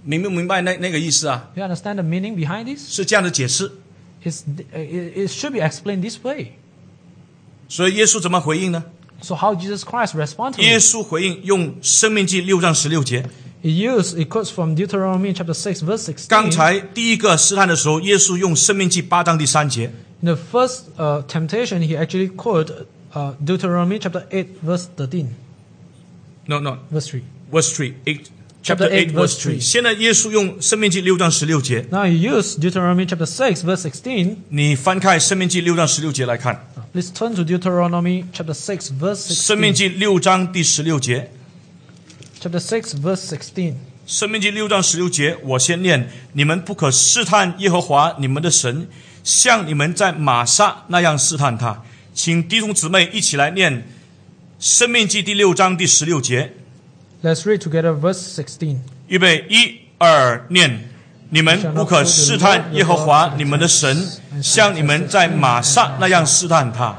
Speaker 3: 明不明白那那个意思啊？
Speaker 2: You understand the meaning behind this?
Speaker 3: 是这样的解释。
Speaker 2: It's, it, it should be explained this way.
Speaker 3: 所以耶稣怎么回应呢？
Speaker 2: So how Jesus Christ responded to
Speaker 3: 耶
Speaker 2: it?
Speaker 3: 稣回应用《生命记》六章十六节。
Speaker 2: He used, it quotes from Deuteronomy chapter 6 verse
Speaker 3: 刚
Speaker 2: 16.
Speaker 3: 才第一个试探的时候，耶稣用《生命记》八章第三节。
Speaker 2: In the first uh, temptation, he actually quoted uh, Deuteronomy chapter 8 verse 13,
Speaker 3: No no
Speaker 2: verse 3.
Speaker 3: verse three eight
Speaker 2: Chapter
Speaker 3: chapter
Speaker 2: eight,
Speaker 3: eight
Speaker 2: verse
Speaker 3: verse
Speaker 2: three
Speaker 3: three。现在耶稣用《生命记》六章十六节，
Speaker 2: Now he used Deuteronomy chapter 6 verse 16.
Speaker 3: 你翻开《生命记》六章十六节来看，
Speaker 2: Let's turn to Deuteronomy chapter 6 verse
Speaker 3: 《生命
Speaker 2: 16.
Speaker 3: 记》六章第十六节。
Speaker 2: Chapter 6 verse 16.
Speaker 3: 生命记六章十六节，我先念：你们不可试探耶和华你们的神，像你们在玛撒那样试探他。请弟兄姊妹一起来念生命记第六章第十六节，
Speaker 2: Let's read together verse 16.
Speaker 3: 预备，一、二，念。你们不可试探耶和华你们的神，像你们在玛撒那样试探他。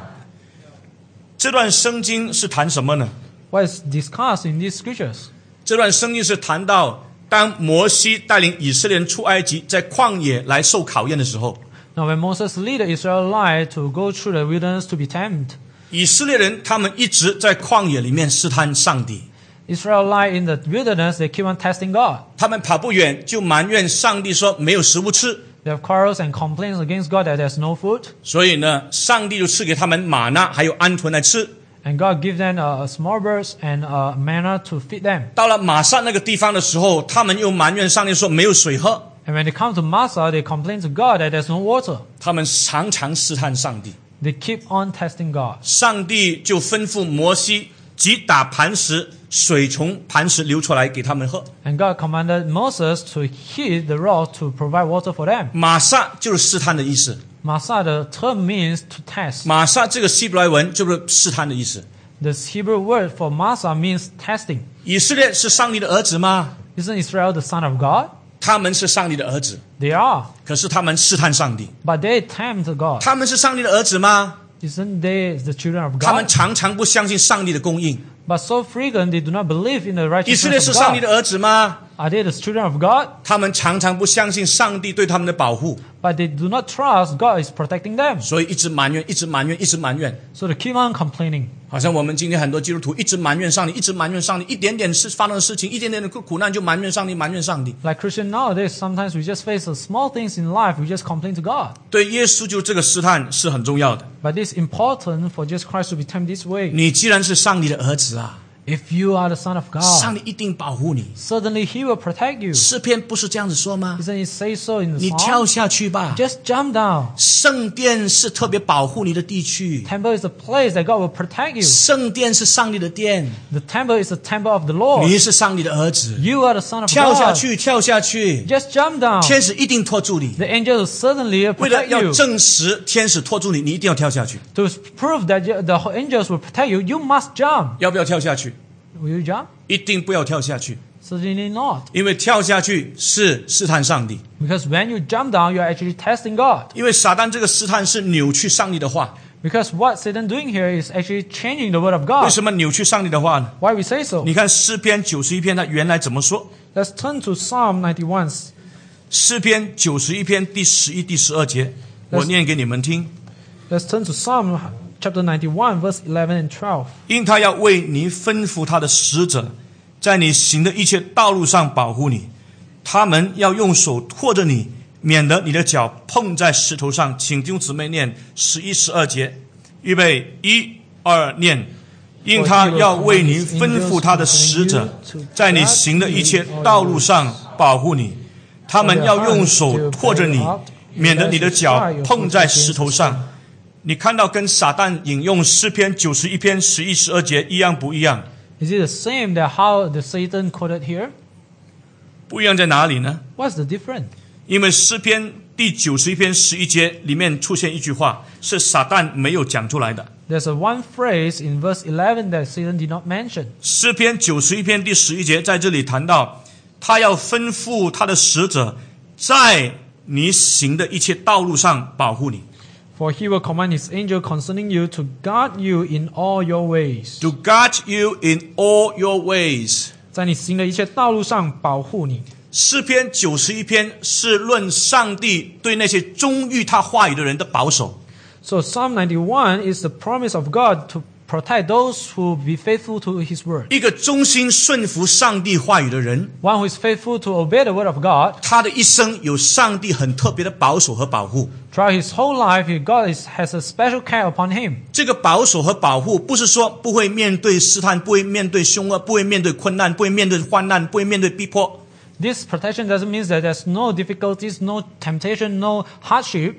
Speaker 3: 这段圣经是谈什么呢？
Speaker 2: What is discussed in these scriptures?
Speaker 3: 这段圣经是谈到，当摩西带领以色列人出埃及，在旷野来受考验的时候，
Speaker 2: Now, when Moses led the Israelites to go through the wilderness to be tempted,
Speaker 3: 以色列人他们一直在旷野里面试探上帝，
Speaker 2: Israelites in the wilderness they keep on testing God.
Speaker 3: 他们跑不远就埋怨上帝说没有食物吃，
Speaker 2: They have quarrels and complaints against God that there's no food,
Speaker 3: 所以呢，上帝就赐给他们玛纳还有鹌鹑来吃。
Speaker 2: and God give them uh, small birds and uh, manna to feed them.
Speaker 3: 到了马上那个地方的时候，他们又埋怨上帝说没有水喝，
Speaker 2: And when they come to Massa, they complain to God that there's no water.
Speaker 3: 他们常常试探上帝。
Speaker 2: They keep on testing God.
Speaker 3: 上帝就吩咐摩西击打磐石，水从磐石流出来给他们喝。
Speaker 2: And God commanded Moses to hit the rock to provide water for them.
Speaker 3: 马萨就是试探的意思，
Speaker 2: Massa, the term means to test.
Speaker 3: 马萨这个希伯来文就是试探的意思。
Speaker 2: The Hebrew word for Massa means testing.
Speaker 3: 以色列是上帝的儿子吗？
Speaker 2: Isn't Israel the son of God?
Speaker 3: 他们是上帝的儿子，
Speaker 2: They are.
Speaker 3: 可是他们试探上帝。
Speaker 2: But they tempt God.
Speaker 3: 他们是上帝的儿子吗？
Speaker 2: Isn't they the children of
Speaker 3: 他们
Speaker 2: God?
Speaker 3: 常常不相信上帝的供应。
Speaker 2: But so frequent they do not believe in the
Speaker 3: 以色列
Speaker 2: righteousness
Speaker 3: 是
Speaker 2: of
Speaker 3: 上帝的
Speaker 2: God.
Speaker 3: 儿子吗？
Speaker 2: Are they the children of God?
Speaker 3: 他们常常不相信上帝对他们的保护，
Speaker 2: But they do not trust God is protecting them.
Speaker 3: 所以一直埋怨，一直埋怨，一直埋怨。
Speaker 2: So they keep on complaining.
Speaker 3: 好像我们今天很多基督徒一直埋怨上帝，一直埋怨上帝，一点点事发生的事情，一点点的苦难就埋怨上帝，埋怨上帝。
Speaker 2: Like Christian nowadays, sometimes we just face the small things in life, we just complain to God.
Speaker 3: 对耶稣就这个试探是很重要的。
Speaker 2: But it's important for Jesus Christ to be tempted this way.
Speaker 3: 你既然是上帝的儿子啊，
Speaker 2: If you are the Son of
Speaker 3: 上
Speaker 2: God,
Speaker 3: 帝一定保护你。
Speaker 2: certainly He will protect you.
Speaker 3: 诗篇不是这样子说吗？
Speaker 2: Doesn't it say so in
Speaker 3: 你
Speaker 2: the
Speaker 3: 跳
Speaker 2: Psalm?
Speaker 3: 下去吧。
Speaker 2: Just jump down.
Speaker 3: 圣殿是特别保护你的地区，
Speaker 2: Temple is a place that God will protect you.
Speaker 3: 圣殿是上帝的殿，
Speaker 2: The temple is the temple of the Lord.
Speaker 3: 你是上帝的儿子。
Speaker 2: You are the Son of
Speaker 3: 跳下
Speaker 2: God.
Speaker 3: 去，跳下去，
Speaker 2: Just jump down.
Speaker 3: 天使一定拖住你。
Speaker 2: The angels will certainly
Speaker 3: 为了
Speaker 2: protect
Speaker 3: 要
Speaker 2: you.
Speaker 3: 证实天使拖住你，你一定要跳下去。
Speaker 2: To prove that you- the angels will protect you, you must jump.
Speaker 3: 要不要跳下去？
Speaker 2: Will you jump?
Speaker 3: 一定不要跳下去，
Speaker 2: Certainly not.
Speaker 3: 因为跳下去是试探上帝。
Speaker 2: Because when you jump down, you are actually testing God.
Speaker 3: 因为撒旦这个试探是扭曲上帝的话。
Speaker 2: Because what Satan doing here is actually changing the word of
Speaker 3: 为
Speaker 2: God.
Speaker 3: 什么扭曲上帝的话呢？
Speaker 2: Why we say so?
Speaker 3: 你看诗篇九十一篇，它原来怎么说？
Speaker 2: Let's turn to Psalm 91.
Speaker 3: 诗篇九十一篇第十一、第十二节，
Speaker 2: 但
Speaker 3: 我
Speaker 2: 是
Speaker 3: 念给你们听。
Speaker 2: Let's turn to Psalm chapter 91, verse 11 and 12.
Speaker 3: 因他要为你吩咐他的使者，在你行的一切道路上保护你，他们要用手托着你，免得你的脚碰在石头上。请弟兄姊妹念十一、十二节，预备，一、二，念。因他要为你吩咐他的使者，在你行的一切道路上保护你，他们要用手托着你，免得你的脚碰在石头上。你看到跟撒旦引用诗篇九十一篇十一十二节一样不一样？
Speaker 2: Is it the same that how the Satan quoted here?
Speaker 3: 不一样在哪里呢？
Speaker 2: What's the difference?
Speaker 3: 因为诗篇第九十一篇十一节里面出现一句话，是撒旦没有讲出来的。
Speaker 2: There's a one phrase in verse 11 that Satan did not mention.
Speaker 3: 诗篇九十一篇第十一节在这里谈到，他要吩咐他的使者，在你行的一切道路上保护你
Speaker 2: For he will command his angel concerning you to guard you in all your ways.
Speaker 3: ，to guard you in all your ways。
Speaker 2: 在你行的一切道路上保护你。
Speaker 3: 诗篇九十一篇是论上帝对那些忠于他话语的人的保守。
Speaker 2: So Psalm 91 is the promise of God to protect those who be faithful to his word.
Speaker 3: 一个忠心顺服上帝话语的人，
Speaker 2: One who is faithful to obey the word of God,
Speaker 3: 他的一生有上帝很特别的保守和保护。
Speaker 2: throughout his whole life, God is, has a special care upon him.
Speaker 3: 这个保守和保护，不是说不会面对试探，不会面对凶恶，不会面对困难，不会面对患难，不会面对逼迫。
Speaker 2: This protection doesn't mean that there's no difficulties, no temptation, no hardship.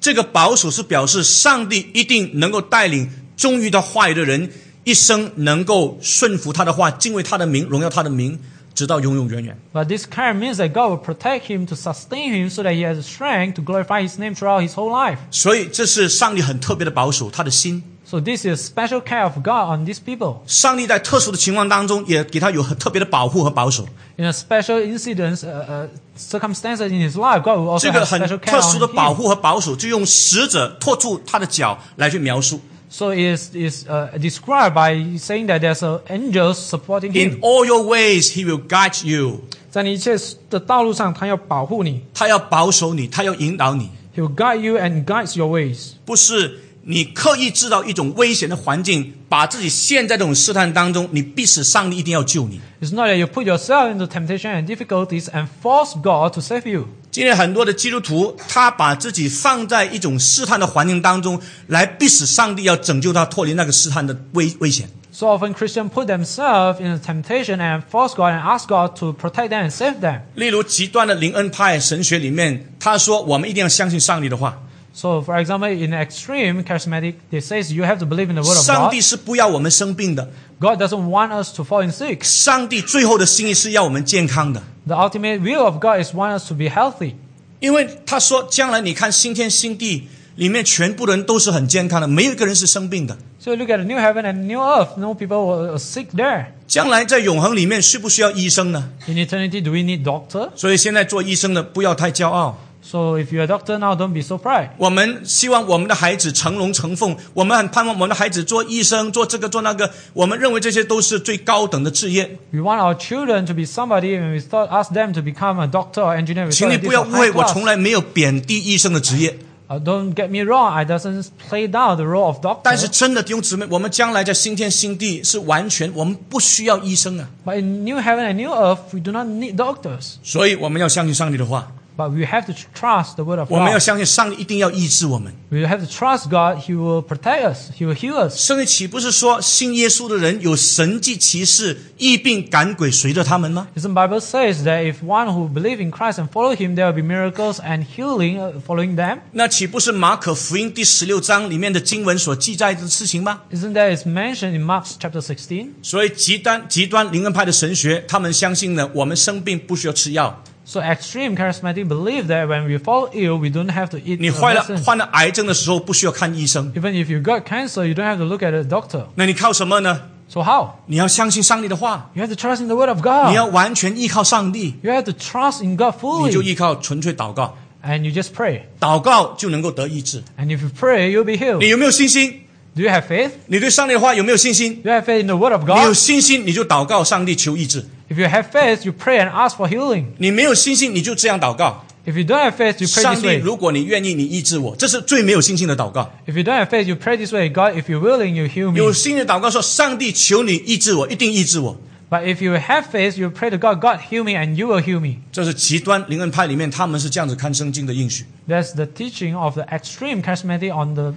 Speaker 3: 这个保守是表示上帝一定能够带领忠于他话语的人，一生能够顺服他的话，敬畏他的名，荣耀他的名，直到永永远远。
Speaker 2: But this care means that God will protect him to sustain him so that he has the strength to glorify his name throughout his whole life.
Speaker 3: 所以这是上帝很特别的保守，他的心。
Speaker 2: So this is special care of God on these people.
Speaker 3: 上帝在特殊的情况当中，也给他有很特别的保护和保守。
Speaker 2: In a special incidents, uh, uh, circumstances in his life, God will
Speaker 3: 这
Speaker 2: also
Speaker 3: 个
Speaker 2: have
Speaker 3: 很
Speaker 2: special care
Speaker 3: 特殊的
Speaker 2: on
Speaker 3: 保
Speaker 2: him.
Speaker 3: 护和保守，就用使者托住他的脚来去描述。
Speaker 2: So it is is uh, described by saying that there's an angel supporting
Speaker 3: In
Speaker 2: him.
Speaker 3: all your ways, he will guide you。
Speaker 2: 在你一切的道路上，他要保护你。
Speaker 3: 他要保守你，他要引导你，
Speaker 2: He will guide you and guides your ways.
Speaker 3: 不是你刻意制造一种危险的环境，把自己陷在这种试探当中，你必死，上帝一定要救你。
Speaker 2: It's not that you put yourself into temptation and difficulties and force God to save you.
Speaker 3: 今天很多的基督徒，他把自己放在一种试探的环境当中，来必死，上帝要拯救他脱离那个试探的危危险。
Speaker 2: So often Christians put themselves in a temptation and force God and ask God to protect them and save them.
Speaker 3: 例如极端的灵恩派神学里面，他说我们一定要相信上帝的话，
Speaker 2: So, for example, in extreme charismatic, they says you have to believe in the word of
Speaker 3: 上
Speaker 2: God.
Speaker 3: 帝是不要我们生病的，
Speaker 2: God doesn't want us to fall in sick.
Speaker 3: 上帝最后的心意是要我们健康的，
Speaker 2: The ultimate will of God is want us to be healthy.
Speaker 3: 因为他说将来你看新天新地里面全部人都是很健康的，没有一个人是生病的。
Speaker 2: So look at the new heaven and new earth. No people were uh, sick there.
Speaker 3: 将来在永恒里面需不需要医生呢？
Speaker 2: In eternity, do we need doctor?
Speaker 3: 所以现在做医生的不要太骄傲。
Speaker 2: So if you're a doctor now, don't be so proud.
Speaker 3: 我们希望我们的孩子成龙成凤，我们很盼望我们的孩子做医生，做这个做那个。我们认为这些都是最高等的职业。
Speaker 2: We want our children to be somebody, and we thought ask them to become a doctor or engineer. We
Speaker 3: 请
Speaker 2: thought
Speaker 3: 你
Speaker 2: that
Speaker 3: 不要
Speaker 2: these
Speaker 3: 误
Speaker 2: are
Speaker 3: 会，
Speaker 2: high
Speaker 3: 我从
Speaker 2: class.
Speaker 3: 来没有贬低医生的职业。
Speaker 2: Uh, don't get me wrong. I doesn't play down the role of
Speaker 3: 但是
Speaker 2: doctor.
Speaker 3: 真的弟兄姊妹，我们将来在新天新地是完全我们不需要医生啊，
Speaker 2: But in new heaven and new earth, we do not need doctors.
Speaker 3: 所以我们要相信上帝的话。
Speaker 2: But we have to trust the word of
Speaker 3: 我们要
Speaker 2: God.
Speaker 3: 相信上帝一定要医治我们。
Speaker 2: We have to trust God. He will protect us. He will heal us.
Speaker 3: 圣经岂不是说信耶稣的人有神迹奇事、疫病赶鬼随着他们吗？
Speaker 2: Isn't Bible says that if one who believe in Christ and follow Him, there will be miracles and healing uh, following them.
Speaker 3: 那岂不是马可福音第十六章里面的经文所记载的事情吗？
Speaker 2: Isn't that is mentioned in Mark chapter 16?
Speaker 3: 所以极端极端灵恩派的神学，他们相信呢，我们生病不需要吃药，
Speaker 2: So extreme charismatic believe that when we fall ill, we don't have to eat
Speaker 3: 你
Speaker 2: uh,
Speaker 3: 坏了
Speaker 2: medicine.
Speaker 3: 患了癌症的时候不需要看医生，
Speaker 2: Even if you got cancer, you don't have to look at a doctor.
Speaker 3: 那你靠什么呢？
Speaker 2: So how?
Speaker 3: 你要相信上帝的话，
Speaker 2: You have to trust in the word of
Speaker 3: 你要
Speaker 2: God.
Speaker 3: 完全依靠上帝，
Speaker 2: You have to trust in God
Speaker 3: 你就
Speaker 2: fully.
Speaker 3: 依靠纯粹祷告，
Speaker 2: And you just pray.
Speaker 3: 祷告就能够得医治。
Speaker 2: And if you pray, you'll be healed.
Speaker 3: 你有没有信心？
Speaker 2: Do you have faith?
Speaker 3: 你对上帝的话有没有信心？
Speaker 2: Do you have faith in the word of
Speaker 3: 你有
Speaker 2: God?
Speaker 3: 信心，你就祷告上帝求医治；
Speaker 2: If you have faith, you pray and ask for healing.
Speaker 3: 你没有信心，你就这样祷告。
Speaker 2: If you don't have faith, you pray
Speaker 3: 上
Speaker 2: this
Speaker 3: 帝，
Speaker 2: way.
Speaker 3: 如果你愿意，你医治我，这是最没有信心的祷告。
Speaker 2: If you don't have faith, you pray this way. God, if you're willing, you heal
Speaker 3: 有
Speaker 2: me.
Speaker 3: 信心的祷告说：“上帝，求你医治我，一定医治我。
Speaker 2: But if you have faith, you pray to God, God, heal me, and you will heal me. ”
Speaker 3: 这是极端灵恩派里面他们是这样子看圣经的应许。
Speaker 2: That's the teaching of the extreme charismatic on the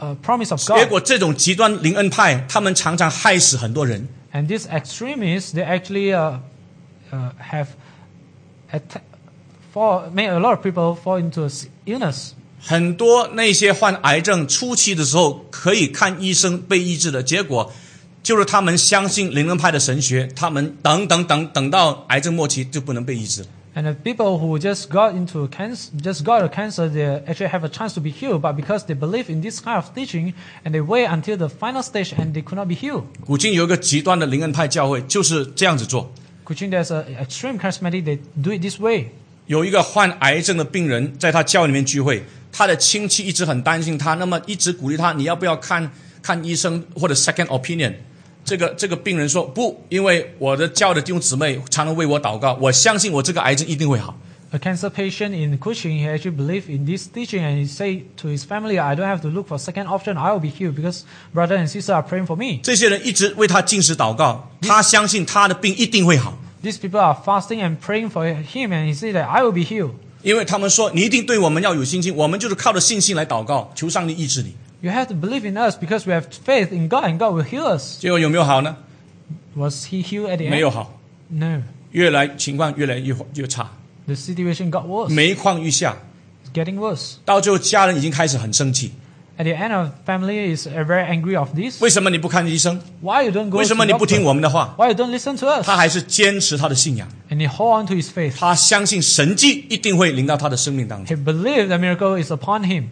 Speaker 2: uh, promise of
Speaker 3: 结
Speaker 2: God.
Speaker 3: 果这种极端灵恩派，他们常常害死很多人。
Speaker 2: And these extremists, they actually uh, uh, have atta- fall, made a lot of people fall into s- illness.
Speaker 3: 很多那些患癌症初期的时候可以看医生被医治的结果，就是他们相信灵恩派的神学，他们等等等等到癌症末期就不能被医治了。
Speaker 2: And the people who just got into cancer, just got a cancer, they actually have a chance to be healed. But because they believe in this kind of teaching, and they wait until the final stage, and they could not be healed.
Speaker 3: 古今有一个极端的灵恩派教会就是这样子做。
Speaker 2: Kuching, there's a extreme charismatic. They do it this way.
Speaker 3: 有一个患癌症的病人在他教里面聚会，他的亲戚一直很担心他，那么一直鼓励他，你要不要看看医生或者 second opinion？这个这个病人说不，因为我的教的弟兄姊妹常常为我祷告，我相信我这个癌症一定会好。
Speaker 2: A cancer patient in Kuching, he actually believed in this teaching, and he said to his family, "I don't have to look for second option. I will be healed because brother and sister are praying for me.
Speaker 3: 这些人一直为他进食祷告，他相信他的病一定会好，
Speaker 2: These people are fasting and praying for him, and he said that I will be healed.
Speaker 3: 因为他们说你一定对我们要有信心，我们就是靠着信心来祷告，求上帝医治你。
Speaker 2: You have to believe in us because we have faith in God, and God will heal us."
Speaker 3: 结果有没有好呢？
Speaker 2: Was he healed at the
Speaker 3: 没
Speaker 2: end?
Speaker 3: 有好，
Speaker 2: No.
Speaker 3: 越来情况越来越越差，
Speaker 2: The situation got worse.
Speaker 3: 每况愈下。
Speaker 2: It's getting worse.
Speaker 3: 到最后，家人已经开始很生气。
Speaker 2: At the end, of family is uh, very angry of this.
Speaker 3: 为什么你不看医生？
Speaker 2: Why you don't go
Speaker 3: 为
Speaker 2: to
Speaker 3: 什么你不听
Speaker 2: doctor?
Speaker 3: 我们的话？
Speaker 2: Why you don't listen to us?
Speaker 3: 他还是坚持他的信仰，
Speaker 2: And he hold on to his faith.
Speaker 3: 他相信神迹一定会临到他的生命当中。
Speaker 2: He believed the miracle is upon him.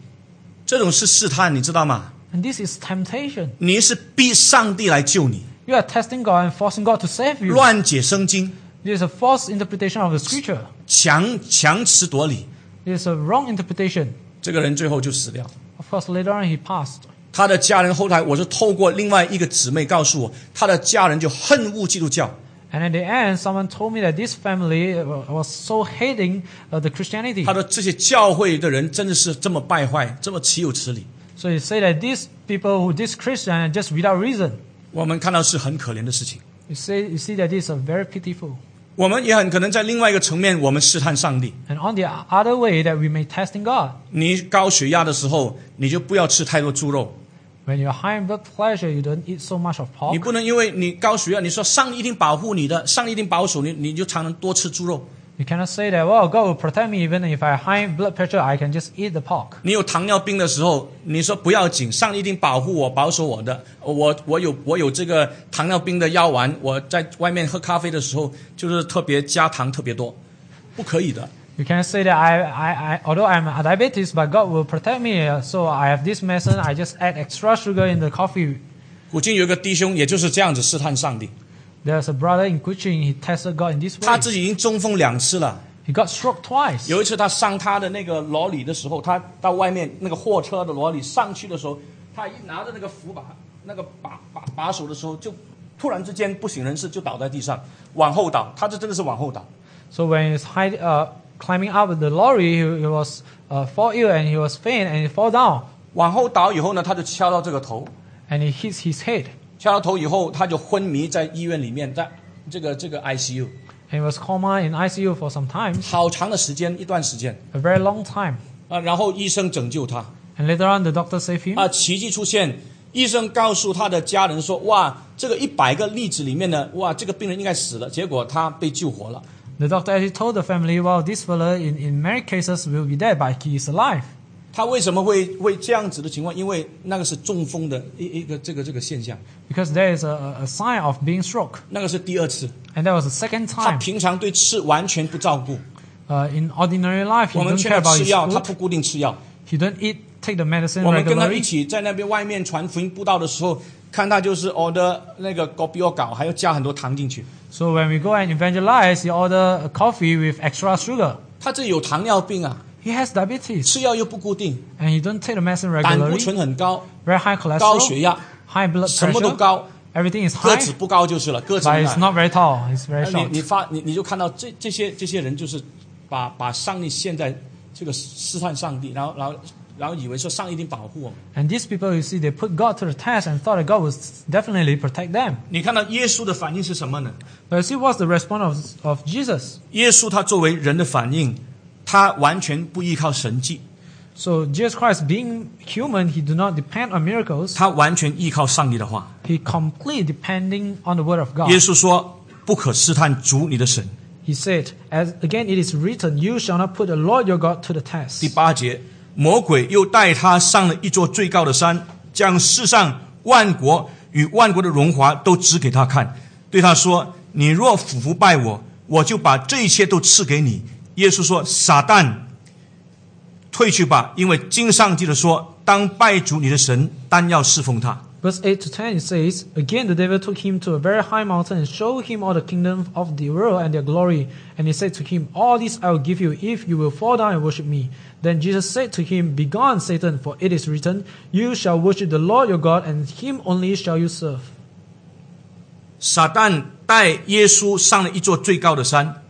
Speaker 3: 这种是试探，你知道吗？
Speaker 2: And this is temptation.
Speaker 3: 你是逼上帝来救你，
Speaker 2: You are testing God and forcing God to save you.
Speaker 3: 乱解圣经，
Speaker 2: This is a false interpretation of the scripture.
Speaker 3: 强强词夺理。
Speaker 2: This is a wrong interpretation.
Speaker 3: 这个人最后就死掉。
Speaker 2: Of course, later on he passed.
Speaker 3: 他的家人后来，我是透过另外一个姊妹告诉我，他的家人就恨恶基督教，
Speaker 2: And at the end, someone told me that this family uh, was so hating uh, the Christianity.
Speaker 3: 他的这些教会的人真的是这么败坏，这么岂有此理。
Speaker 2: So he said that these people who this Christian are just without reason.
Speaker 3: 我们看到是很可怜的事情。
Speaker 2: You see, you see that this is very pitiful.
Speaker 3: 我们也很可能在另外一个层面，我们试探上帝。
Speaker 2: And on the other way, that we may test in God.
Speaker 3: 你高血压的时候，你就不要吃太多猪肉。
Speaker 2: When you're high in blood pressure, you don't eat so much of
Speaker 3: 你
Speaker 2: pork.
Speaker 3: 不能因为你高血压，你说上帝一定保护你的，上帝一定保守你，你就常常多吃猪肉。
Speaker 2: You cannot say that, well, God will protect me even if I have high blood pressure, I can just eat the pork.
Speaker 3: 你有糖尿病的时候，你说不要紧，上帝一定保护我、保守我的。我我有我有这个糖尿病的药丸，我在外面喝咖啡的时候就是特别加糖特别多，不可以的。
Speaker 2: You can say that I, I, I although I'm a diabetes, but God will protect me, uh, so I have this medicine, I just add extra sugar in the coffee.
Speaker 3: 古今有一个弟兄，也就是这样子试探上帝，
Speaker 2: There's a brother in Kuching, he tested God in this way.
Speaker 3: 他自己已经中风两次了。
Speaker 2: He got struck twice.
Speaker 3: 有一次他上他的那个罗里的时候，他到外面那个货车的罗里上去的时候，他一拿着那个扶把那个把把把手的时候，就突然之间不省人事，就倒在地上，往后倒，他这真的是往后倒。
Speaker 2: So when he's high, uh, climbing up the lorry, he, he was uh, fall ill and he was faint and he fall down
Speaker 3: 往后倒以后呢，他就敲到这个头，
Speaker 2: and he hits his head.
Speaker 3: 敲到头以后，他就昏迷在医院里面，在这个这个 ICU。
Speaker 2: and was coma in ICU for some time,
Speaker 3: 好长的时间，一段时间
Speaker 2: a very long time.
Speaker 3: 啊。然后医生拯救他
Speaker 2: And later on, the doctor saved him.
Speaker 3: 啊，奇迹出现。医生告诉他的家人说：“哇，这个一百个例子里面呢，哇，这个病人应该死了，结果他被救活了。
Speaker 2: The doctor actually told the family, well, this fella in, in many cases will be dead, but he is alive.
Speaker 3: 他为什么会会这样子的情况？因为那个是中风的一一个这个这个现象，
Speaker 2: Because there is a- a, a sign of being stroke.
Speaker 3: 那个是第二次。
Speaker 2: And that was the second
Speaker 3: 他
Speaker 2: time.
Speaker 3: 平常对吃完全不照顾，
Speaker 2: Uh, in ordinary life,
Speaker 3: 我
Speaker 2: he
Speaker 3: 们
Speaker 2: don't
Speaker 3: 劝
Speaker 2: care
Speaker 3: 他
Speaker 2: about
Speaker 3: 吃
Speaker 2: his
Speaker 3: 药，他
Speaker 2: food.
Speaker 3: 不固定吃药。
Speaker 2: He don't eat, take the medicine
Speaker 3: 我们跟他
Speaker 2: regularly.
Speaker 3: 一起在那边外面传福音布道的时候，看他就是 order 那个 g o b i o 搞，还要加很多糖进去。
Speaker 2: So when we go and evangelize, he order a coffee with extra sugar.
Speaker 3: 他这有糖尿病啊，
Speaker 2: He has diabetes
Speaker 3: 吃药又不固定，
Speaker 2: and he don't take the medicine
Speaker 3: 胆固
Speaker 2: regularly.
Speaker 3: 醇很高，
Speaker 2: Very high
Speaker 3: 高血
Speaker 2: cholesterol,
Speaker 3: 压，
Speaker 2: high blood
Speaker 3: 什么都
Speaker 2: pressure.
Speaker 3: 高，
Speaker 2: Everything is
Speaker 3: 个
Speaker 2: high,
Speaker 3: 子不高就是了，个子
Speaker 2: but it's
Speaker 3: 很矮。
Speaker 2: not very tall. It's very
Speaker 3: 你
Speaker 2: short.
Speaker 3: 你发你你就看到这这些这些人就是把把上帝现在这个试探上帝，然后然后然后以为说上帝一定保护我们。
Speaker 2: And these people, you see, they put God to the test and thought that God would definitely protect them.
Speaker 3: 你看到耶稣的反应是什么呢？
Speaker 2: But you see, what's the response of, of Jesus?
Speaker 3: 耶稣他作为人的反应，他完全不依靠神迹，
Speaker 2: So Jesus Christ, being human, he do not depend on miracles.
Speaker 3: 他完全依靠上帝的话。
Speaker 2: He completely depending on the word of God.
Speaker 3: 耶稣说：“不可试探主你的神。
Speaker 2: He said, as again it is written, you shall not put the Lord your God to the ” test.
Speaker 3: 第八节，魔鬼又带他上了一座最高的山，将世上万国与万国的荣华都指给他看，对他说：“你若俯伏拜我，我就把这一切都赐给你。”耶稣说：“撒旦，退去吧，因为经上记得说，当拜主你的神，单要侍奉他。”
Speaker 2: Verse 8 to 10 it says, Again the devil took him to a very high mountain and showed him all the kingdom of the world and their glory. And he said to him, All this I will give you if you will fall down and worship me. Then Jesus said to him, Begone, Satan, for it is written, You shall worship the Lord your God, and him only shall you serve.
Speaker 3: 撒旦带耶稣上了一座最高的山，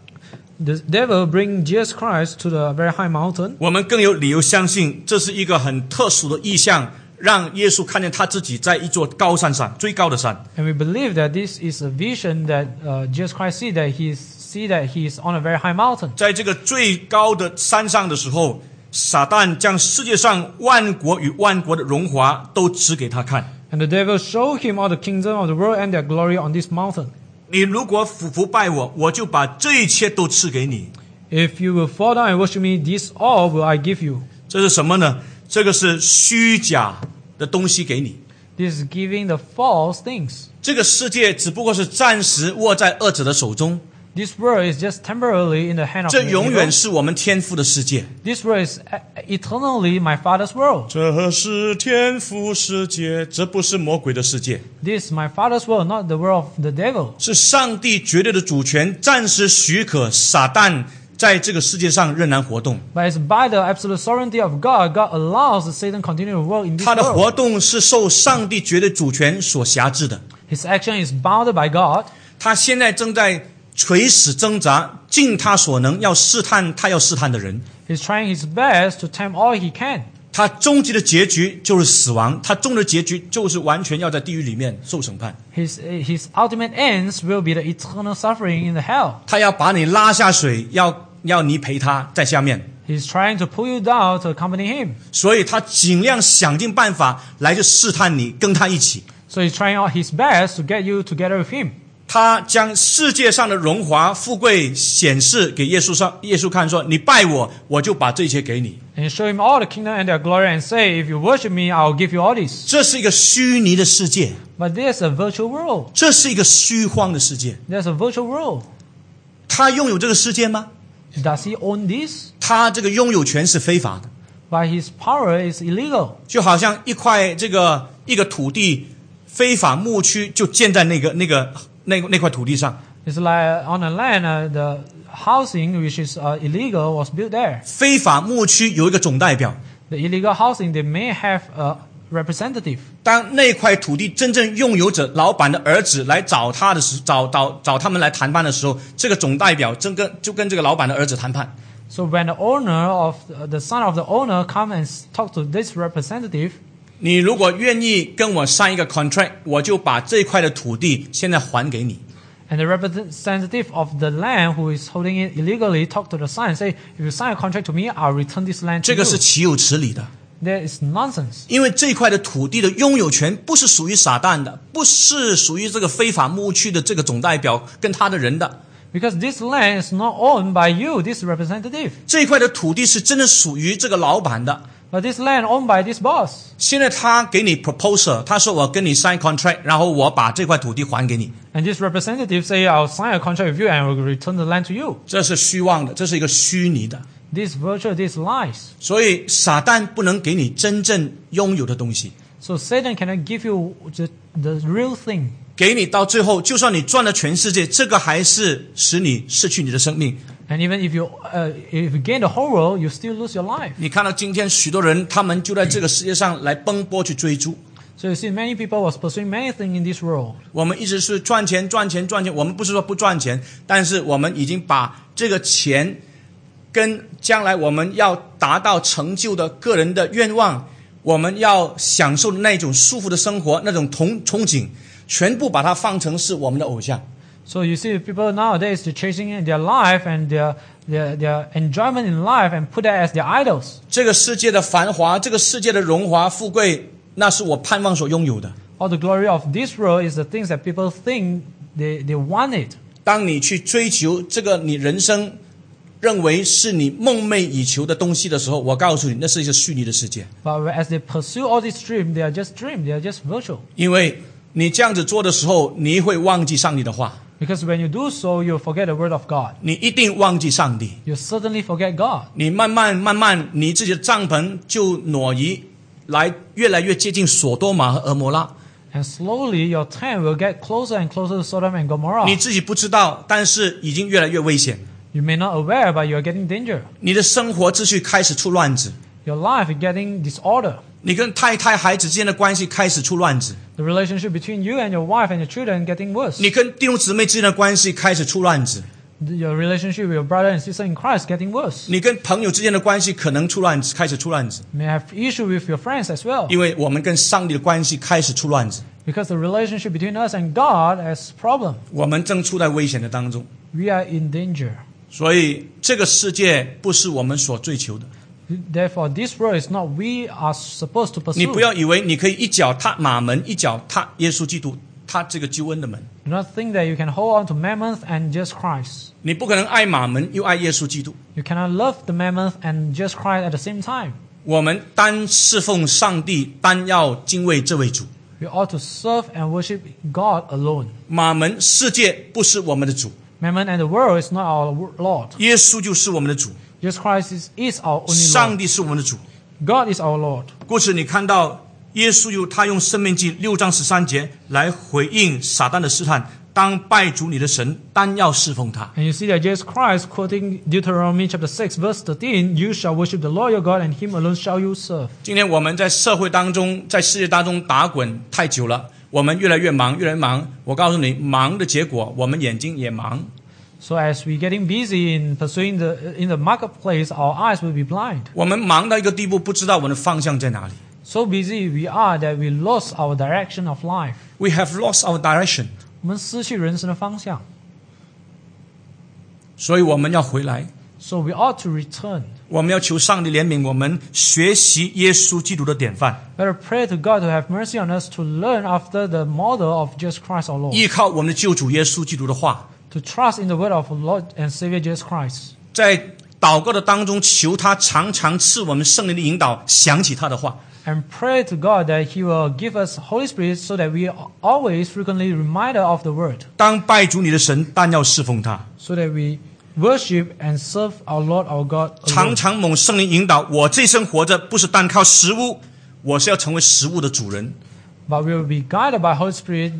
Speaker 2: The devil bring Jesus Christ to the very high mountain.
Speaker 3: 我们更有理由相信这是一个很特殊的意象，让耶稣看见他自己在一座高山上，最高的山。
Speaker 2: And we believe that this is a vision that uh, Jesus Christ see that he is, see that he is on a very high mountain.
Speaker 3: 在这个最高的山上的时候，撒旦将世界上万国与万国的荣华都指给他看。
Speaker 2: And the devil showed him all the kingdom of the world and their glory on this mountain.
Speaker 3: 你如果俯伏拜我，我就把这一切都赐给你。
Speaker 2: If you will fall down and worship me, this all will I give you.
Speaker 3: 这是什么呢？这个是虚假的东西给你。
Speaker 2: This is giving the false things.
Speaker 3: 这个世界只不过是暂时握在恶者的手中。
Speaker 2: This world is just temporarily in the hand of
Speaker 3: 这
Speaker 2: the
Speaker 3: 永远
Speaker 2: evil.
Speaker 3: 是我们天赋的世界。
Speaker 2: This world is e- eternally my father's world.
Speaker 3: 这是天赋世界，这不是魔鬼的世界，
Speaker 2: This is my father's world, not the world of the devil.
Speaker 3: 是上帝绝对的主权，暂时许可撒旦在这个世界上仍然活动。
Speaker 2: But it's by the absolute sovereignty of God, God allows the Satan continue to work in this
Speaker 3: 他的
Speaker 2: world.
Speaker 3: 活动是受上帝绝对主权所辖制的。
Speaker 2: His action is bounded by God.
Speaker 3: 他现在正在垂死挣扎，尽他所能要试探他要试探的人。
Speaker 2: He's trying his best to tempt all he can.
Speaker 3: 他终极的结局就是死亡，他终极的结局就是完全要在地狱里面受审判。
Speaker 2: His, his ultimate ends will be the eternal suffering in the hell.
Speaker 3: 他要把你拉下水，要要你陪他在下面。
Speaker 2: He's trying to pull you down to accompany him.
Speaker 3: 所以他尽量想尽办法来去试探你，跟他一起。
Speaker 2: So he's trying out his best to get you together with him.
Speaker 3: 他将世界上的荣华富贵显示给耶稣上，耶稣看说：“你拜我，我就把这些给你。
Speaker 2: And show him all the kingdom and their glory and say, if you worship me, I'll give you all ” this.
Speaker 3: 这是一个虚拟的世界，
Speaker 2: But there's a virtual world.
Speaker 3: 这是一个虚幻的世界。
Speaker 2: There's a virtual world.
Speaker 3: 他拥有这个世界吗？
Speaker 2: Does he own this?
Speaker 3: 他这个拥有权是非法的，
Speaker 2: But his power is illegal.
Speaker 3: 就好像一块这个一个土地非法牧区就建在那个那个那那块土地上，
Speaker 2: It's like uh, on the land, uh, the housing which is uh, illegal was built there.
Speaker 3: 非法牧区有一个总代表，
Speaker 2: The illegal housing, they may have a representative.
Speaker 3: 当那块土地真正拥有者老板的儿子来找他的时，找找找他们来谈判的时候，这个总代表正跟就跟这个老板的儿子谈判，
Speaker 2: So when the owner of uh, the son of the owner come and s- talk to this representative,
Speaker 3: 你如果愿意跟我上一个 contract，我就把这块的土地现在还给你。
Speaker 2: And the representative of the land who is holding it illegally talked to the son and say, if you sign a contract to me, I'll return this land
Speaker 3: 这
Speaker 2: to
Speaker 3: 个是
Speaker 2: you.
Speaker 3: 岂有此理的。
Speaker 2: That is nonsense.
Speaker 3: 因为这块的土地的拥有权不是属于撒旦的，不是属于这个非法牧区的这个总代表跟他的人的。
Speaker 2: Because this land is not owned by you, this representative.
Speaker 3: 这块的土地是真的属于这个老板的。
Speaker 2: But this land owned by this boss.
Speaker 3: 现在他给你 proposal，他说我跟你 sign contract，然后我把这块土地还给你，
Speaker 2: And this representative say, I'll sign a contract with you and I will return the land to you.
Speaker 3: 这是虚妄的，这是一个虚拟的。
Speaker 2: This virtue, this lies.
Speaker 3: 所以撒旦不能给你真正拥有的东西，
Speaker 2: So Satan cannot give you the, the real thing.
Speaker 3: 给你到最后，就算你赚了全世界，这个还是使你失去你的生命。
Speaker 2: And even if you, uh, if you gain the whole world, you still lose your life.
Speaker 3: 你看到今天许多人，他们就在这个世界上来奔波去追逐。
Speaker 2: So you see, many people was pursuing many things in this world.
Speaker 3: 我们一直是赚钱、赚钱、赚钱。我们不是说不赚钱，但是我们已经把这个钱跟将来我们要达到成就的个人的愿望，我们要享受的那种舒服的生活、那种憧憧憬，全部把它放成是我们的偶像。
Speaker 2: So you see, people nowadays they're chasing their life and their, their, their enjoyment in life and put that as their idols.
Speaker 3: 这个世界的繁华，这个世界的荣华富贵，那是我盼望所拥有的。
Speaker 2: All the glory of this world is the things that people think they, they want it.
Speaker 3: 当你去追求这个你人生认为是你梦寐以求的东西的时候，我告诉你，那是一个虚拟的世界。
Speaker 2: But as they pursue all this dream, they are just dream. They are just virtual.
Speaker 3: 因为你这样子做的时候，你会忘记上帝的话，
Speaker 2: Because when you do so, you forget the word of God.
Speaker 3: 你一定忘记上帝。
Speaker 2: You certainly forget God.
Speaker 3: 你慢慢慢慢，你自己的帐篷就挪移，来越来越接近索多玛和俄摩拉。
Speaker 2: And slowly your tent will get closer and closer to Sodom and
Speaker 3: 你
Speaker 2: Gomorrah.
Speaker 3: 自己不知道，但是已经越来越危险。
Speaker 2: You may not aware, but you are getting danger.
Speaker 3: 你的生活秩序开始出乱子，
Speaker 2: Your life is getting disorder.
Speaker 3: 你跟太太、孩子之间的关系开始出乱子，
Speaker 2: The relationship between you and your wife and your children getting worse.
Speaker 3: 你跟弟兄姊妹之间的关系开始出乱子，
Speaker 2: Your relationship with your brother and sister in Christ getting worse.
Speaker 3: 你跟朋友之间的关系可能出乱子，开始出乱子，
Speaker 2: You may have issue with your friends as well.
Speaker 3: 因为我们跟上帝的关系开始出乱子，
Speaker 2: Because the relationship between us and God has problem.
Speaker 3: 我们正处在危险的当中。
Speaker 2: We are in danger.
Speaker 3: 所以这个世界不是我们所追求的。
Speaker 2: Therefore, this world is not we are supposed to
Speaker 3: 你
Speaker 2: pursue.
Speaker 3: 不要以为你可以一脚踏马门，一脚踏耶稣基督，踏这个救恩的门。
Speaker 2: Do not think that you can hold on to mammon and just Christ.
Speaker 3: 你不可能爱马门又爱耶稣基督。
Speaker 2: You cannot love the mammon and just Christ at the same time.
Speaker 3: 我们单侍奉上帝，单要敬畏这位主。
Speaker 2: We ought to serve and worship God alone.
Speaker 3: 马门世界不是我们的主，
Speaker 2: Mammon and the world is not our wo- Lord.
Speaker 3: 耶稣就是我们的主，
Speaker 2: Jesus Christ is, is our only
Speaker 3: 上
Speaker 2: Lord.
Speaker 3: 帝是我们的主。
Speaker 2: God is our Lord.
Speaker 3: 故此，你看到耶稣用他用《生命记》六章十三节来回应撒旦的试探：当拜主你的神，单要侍奉他。
Speaker 2: And you see that Jesus Christ quoting Deuteronomy chapter 6 verse 13, you shall worship the Lord your God and him alone shall you serve.
Speaker 3: 今天我们在社会当中，在世界当中打滚太久了，我们越来越忙，越来越忙。我告诉你，忙的结果，我们眼睛也忙，
Speaker 2: So as we getting busy in pursuing the in the marketplace, our eyes will be blind.
Speaker 3: 我们忙到一个地步，不知道我们的方向在哪里。
Speaker 2: So busy we are that we lost our direction of life.
Speaker 3: We have lost our direction，
Speaker 2: 我们失去人生的方向。
Speaker 3: 所以我们要回来，
Speaker 2: So we ought to return.
Speaker 3: 我们要求上帝怜悯我们，学习耶稣基督的典范，
Speaker 2: Better pray to God to have mercy on us to learn after the model of Jesus Christ our Lord.
Speaker 3: 依靠我们的救主耶稣基督的话，
Speaker 2: To trust in the word of Lord and Savior Jesus Christ.
Speaker 3: 在祷告的当中求他常常赐我们圣灵的引导，想起他的话。
Speaker 2: And pray to God that He will give us Holy Spirit so that we are always frequently reminded of the word.
Speaker 3: 当拜主你的神，但要侍奉他。
Speaker 2: So that we worship and serve our Lord our God.
Speaker 3: 常
Speaker 2: Alone.
Speaker 3: 常蒙圣灵引导，我这一生活着不是单靠食物，我是要成为食物的主人。
Speaker 2: But we will be guided by Holy Spirit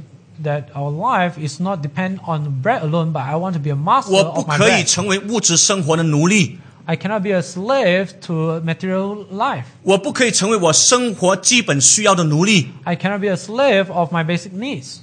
Speaker 2: that our life is not dependent on bread alone, but I want to be a master
Speaker 3: 我不
Speaker 2: of my
Speaker 3: 可以
Speaker 2: bread.
Speaker 3: 成为物质生活的奴隶，
Speaker 2: I cannot be a slave to material life.
Speaker 3: 我不可以成为我生活基本需要的奴隶，
Speaker 2: I cannot be a slave of my basic needs.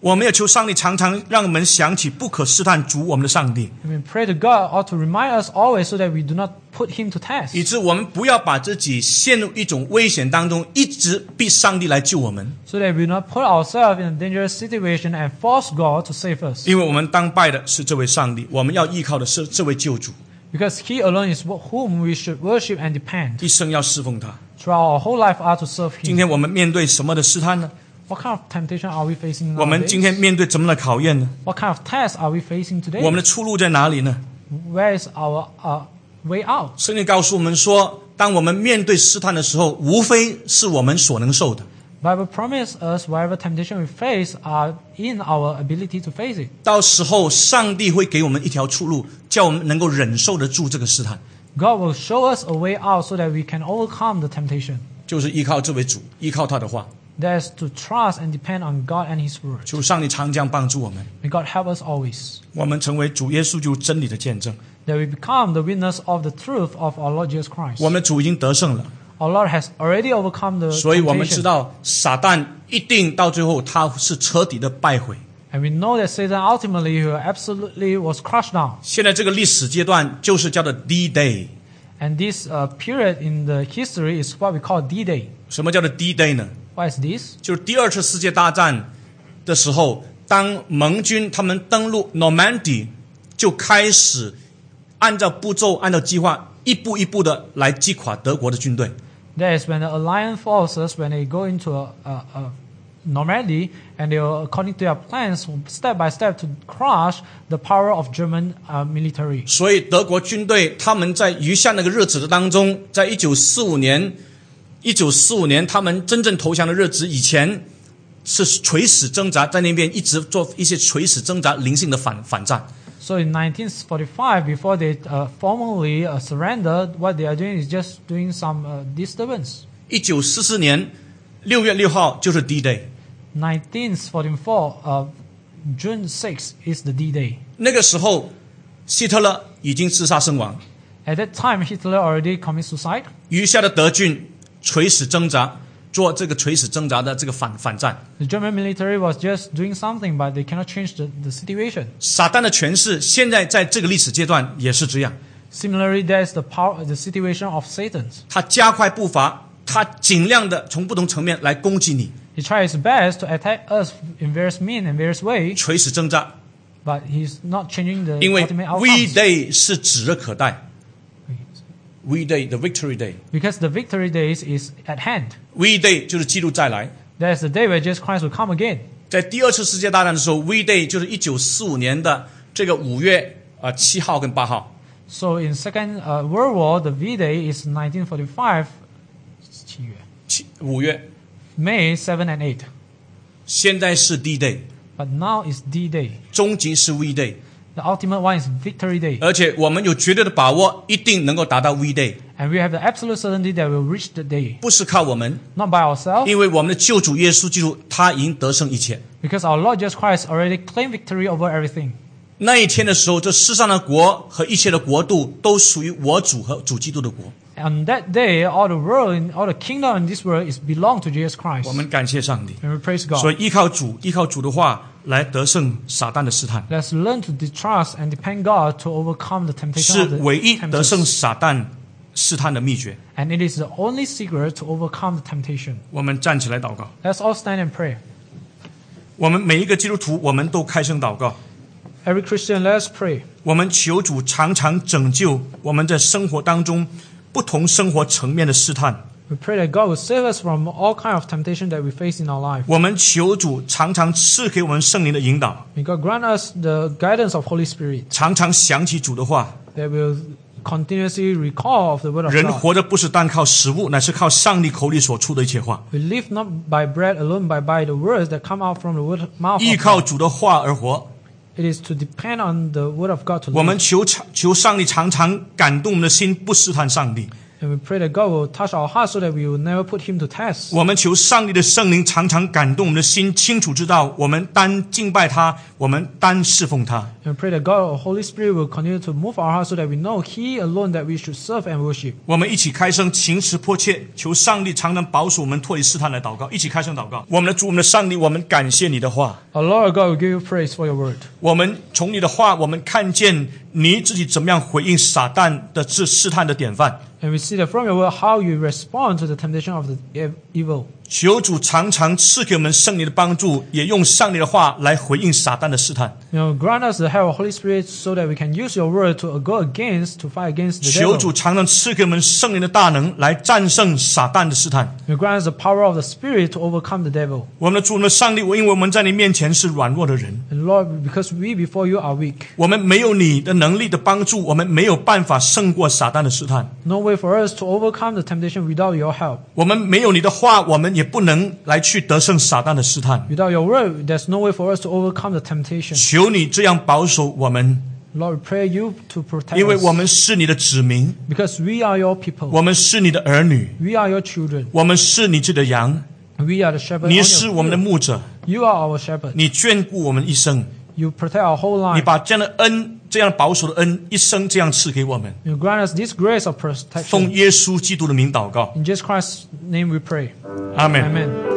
Speaker 3: 我们也求上帝常常让我们想起不可试探主我们的上帝，
Speaker 2: I mean, pray to God ought to remind us always so that we do not put Him to
Speaker 3: 以
Speaker 2: test,
Speaker 3: 致我们不要把自己陷入一种危险当中，一直逼上帝来救我们。
Speaker 2: so that we do not put ourselves in a dangerous situation and force God to save us,
Speaker 3: 因为我们当拜的是这位上帝，我们要依靠的是这位救主，
Speaker 2: because He alone is wh- whom we should worship and depend.
Speaker 3: 一生要侍奉他。
Speaker 2: Throughout our whole life, are to serve
Speaker 3: 今
Speaker 2: Him.
Speaker 3: 天我们面对什么的试探呢？
Speaker 2: What kind of temptation are we facing
Speaker 3: 我们
Speaker 2: nowadays?
Speaker 3: 今天面对怎么样的考验呢？
Speaker 2: What kind of test are we facing
Speaker 3: 我
Speaker 2: today?
Speaker 3: 们的出路在哪里呢？
Speaker 2: Where is our uh, way out?
Speaker 3: 圣经告诉我们说，当我们面对试探的时候，无非是我们所能受的。
Speaker 2: Bible promises us whatever temptation we face are in our ability to face it.
Speaker 3: 到时候，上帝会给我们一条出路，叫我们能够忍受得住这个试探，
Speaker 2: God will show us a way out so that we can overcome the temptation.
Speaker 3: 就是依靠这位主，依靠他的话。
Speaker 2: That is to trust and depend on God and His Word.
Speaker 3: 求上帝常将帮助我们，
Speaker 2: May God help us always,
Speaker 3: 我们成为主耶稣基督真理的见证。
Speaker 2: that we become the witness of the truth of our Lord Jesus Christ.
Speaker 3: 我们的主已经得胜了，
Speaker 2: Our Lord has already overcome the
Speaker 3: 所以我们知
Speaker 2: temptation,
Speaker 3: 道撒旦一定到最后他是彻底的败毁。
Speaker 2: and we know that Satan ultimately, who absolutely was crushed down.
Speaker 3: 现在这个历史阶段就是叫做 D Day。
Speaker 2: And this uh, period in the history is what we call D-Day.
Speaker 3: 什么叫做 D Day 呢？
Speaker 2: What is this?
Speaker 3: 就是第二次世界大战的时候，当盟军他们登陆 Normandy，就开始按照步骤、按照计划，一步一步的来击垮德国的军队。
Speaker 2: That is when the alliance forces, when they go into a, a, a Normandy, and they will, according to their plans, step by step to crush the power of German uh, military.
Speaker 3: 所以德国军队他们在余下那个日子的当中，在一九四五年，一九四五年他们真正投降的日子以前，是垂死挣扎，在那边一直做一些垂死挣扎、零星的反反战。
Speaker 2: So in 1945, before they uh, formally uh, surrendered, what they are doing is just doing some uh, disturbance.
Speaker 3: 一九四四年六月六号就是 D Day，
Speaker 2: 1944, uh, June 6 is the D-Day.
Speaker 3: 那个时候希特勒已经自杀身亡，
Speaker 2: At that time, Hitler already committed suicide.
Speaker 3: 余下的德军垂死挣扎，做这个垂死挣扎的这个反反战。
Speaker 2: The German military was just doing something, but they cannot change the, the situation.
Speaker 3: 撒旦的权势现在在这个历史阶段也是这样。
Speaker 2: Similarly, there's the power, the situation of Satan.
Speaker 3: 他加快步伐，他尽量的从不同层面来攻击你，
Speaker 2: He tries his best to attack us in various means and various ways,
Speaker 3: 垂死挣扎，
Speaker 2: but he's not changing the
Speaker 3: 因为
Speaker 2: ultimate
Speaker 3: V
Speaker 2: outcome.
Speaker 3: Day 是指日可待，V Day the Victory Day，V
Speaker 2: Because the victory days is at hand.
Speaker 3: Day 就是基督再来。
Speaker 2: There's the day where Jesus Christ will come again.
Speaker 3: 在第二次世界大战的时候，V Day 就是一九四五年的这个五月啊七、7号跟八号，
Speaker 2: So in Second uh, World War, the V Day is 1945,
Speaker 3: 七五月，
Speaker 2: May 7 and 8.
Speaker 3: 现在是 D Day，
Speaker 2: But now it's D Day.
Speaker 3: 终极是 V Day，
Speaker 2: The ultimate one is Victory Day.
Speaker 3: 而且我们有绝对的把握，一定能够达到 V Day，
Speaker 2: And we have the absolute certainty that we'll reach the day.
Speaker 3: 不是靠我们，
Speaker 2: Not by ourselves,
Speaker 3: 因为我们的救主耶稣基督他已经得胜一切。
Speaker 2: because our Lord Jesus Christ already claimed victory over everything.
Speaker 3: 那一天的时候，这世上的国和一切的国度都属于我主和主基督的国。
Speaker 2: On that day, all the world, and all the kingdom in this world is belong to Jesus Christ.
Speaker 3: 我们感谢上帝，
Speaker 2: And we praise God.
Speaker 3: 所以依靠主，依靠主的话来得胜撒旦的试探，
Speaker 2: Let's learn to distrust and depend God to overcome the temptation
Speaker 3: 是
Speaker 2: of the
Speaker 3: 唯一得胜
Speaker 2: tempters.
Speaker 3: 撒旦试探的秘诀。
Speaker 2: And it is the only secret to overcome the temptation.
Speaker 3: 我们站起来祷告，
Speaker 2: Let's all stand and pray.
Speaker 3: 我们每一个基督徒，我们都开声祷告，
Speaker 2: Every Christian, let us pray.
Speaker 3: 我们求主常常拯救我们在生活当中不同生活层面的试探。
Speaker 2: We pray that God will save us from all kind of temptation that we face in our life.
Speaker 3: 我们求主常常赐给我们圣灵的引导，
Speaker 2: May God grant us the guidance of Holy Spirit
Speaker 3: 常常想起主的话，
Speaker 2: that will continuously recall of the word of
Speaker 3: 人
Speaker 2: God.
Speaker 3: 活着不是单靠食物，乃是靠上帝口里所出的一切话。
Speaker 2: We live not by bread alone, but by the words that come out from the word, mouth
Speaker 3: 依
Speaker 2: of
Speaker 3: 靠
Speaker 2: God.
Speaker 3: 主的话而活，
Speaker 2: It is to depend on the word of God to
Speaker 3: 我们
Speaker 2: live.
Speaker 3: 求常求上帝常常感动我们的心，不试探上帝。
Speaker 2: And we pray that God will touch our hearts so that we will never put Him to test.
Speaker 1: 我们求上帝的圣灵常常感动我们的心，清楚知道我们单敬拜他，我们单侍奉他。
Speaker 2: And we pray that God, our Holy Spirit, will continue to move our hearts so that we know He alone that we should serve and worship.
Speaker 1: 我们一起开声，情实迫切，求上帝常常保守我们脱离试探的祷告。一起开声祷告，我们的主，我们的上帝，我们感谢你的话。
Speaker 2: Our Lord God, we give you praise for your word.
Speaker 1: 我们从你的话，我们看见你自己怎么样回应撒旦的试试探的典范。
Speaker 2: And we see that from your word how you respond to the temptation of the ev- evil.
Speaker 1: 求主常常赐给我们圣灵的帮助，也用上帝的话来回应撒旦的试探。
Speaker 2: You know, grant us the help of Holy Spirit so that we can use your word to go against, to fight against the
Speaker 1: 求主
Speaker 2: devil.
Speaker 1: 常常赐给我们圣灵的大能，来战胜撒旦的试探。
Speaker 2: You grant us the power of the Spirit to overcome the devil.
Speaker 1: 我们的主，我们的上帝，我因为我们在你面前是软弱的人，
Speaker 2: And Lord, because we before you are weak,
Speaker 1: 我们没有你的能力的帮助，我们没有办法胜过撒旦的试探。
Speaker 2: no way for us to overcome the temptation without your help.
Speaker 1: 我们没有你的话，我们也不能来去得胜撒旦的试探。
Speaker 2: Without your word, there's no way for us to overcome the temptation.
Speaker 1: 求你这样保守我们，
Speaker 2: Lord, we pray you to protect
Speaker 1: 因为
Speaker 2: us
Speaker 1: 我们是你的子民，
Speaker 2: because we are your people.
Speaker 1: 我们是你的儿女，
Speaker 2: We are your children.
Speaker 1: 我们是你自己的羊，
Speaker 2: We are the shepherd.
Speaker 1: 你
Speaker 2: on
Speaker 1: 是
Speaker 2: your
Speaker 1: 我们的
Speaker 2: field.
Speaker 1: 牧者，
Speaker 2: You are our shepherd.
Speaker 1: 你眷顾我们一生，
Speaker 2: You protect our whole
Speaker 1: 你
Speaker 2: life.
Speaker 1: 把这样的恩、这样保守的恩，一生这样赐给我们。
Speaker 2: You grant us this grace of
Speaker 1: 奉
Speaker 2: protection.
Speaker 1: 耶稣基督的名祷告，
Speaker 2: In Jesus Christ's name we pray.
Speaker 1: 阿门。
Speaker 2: Amen.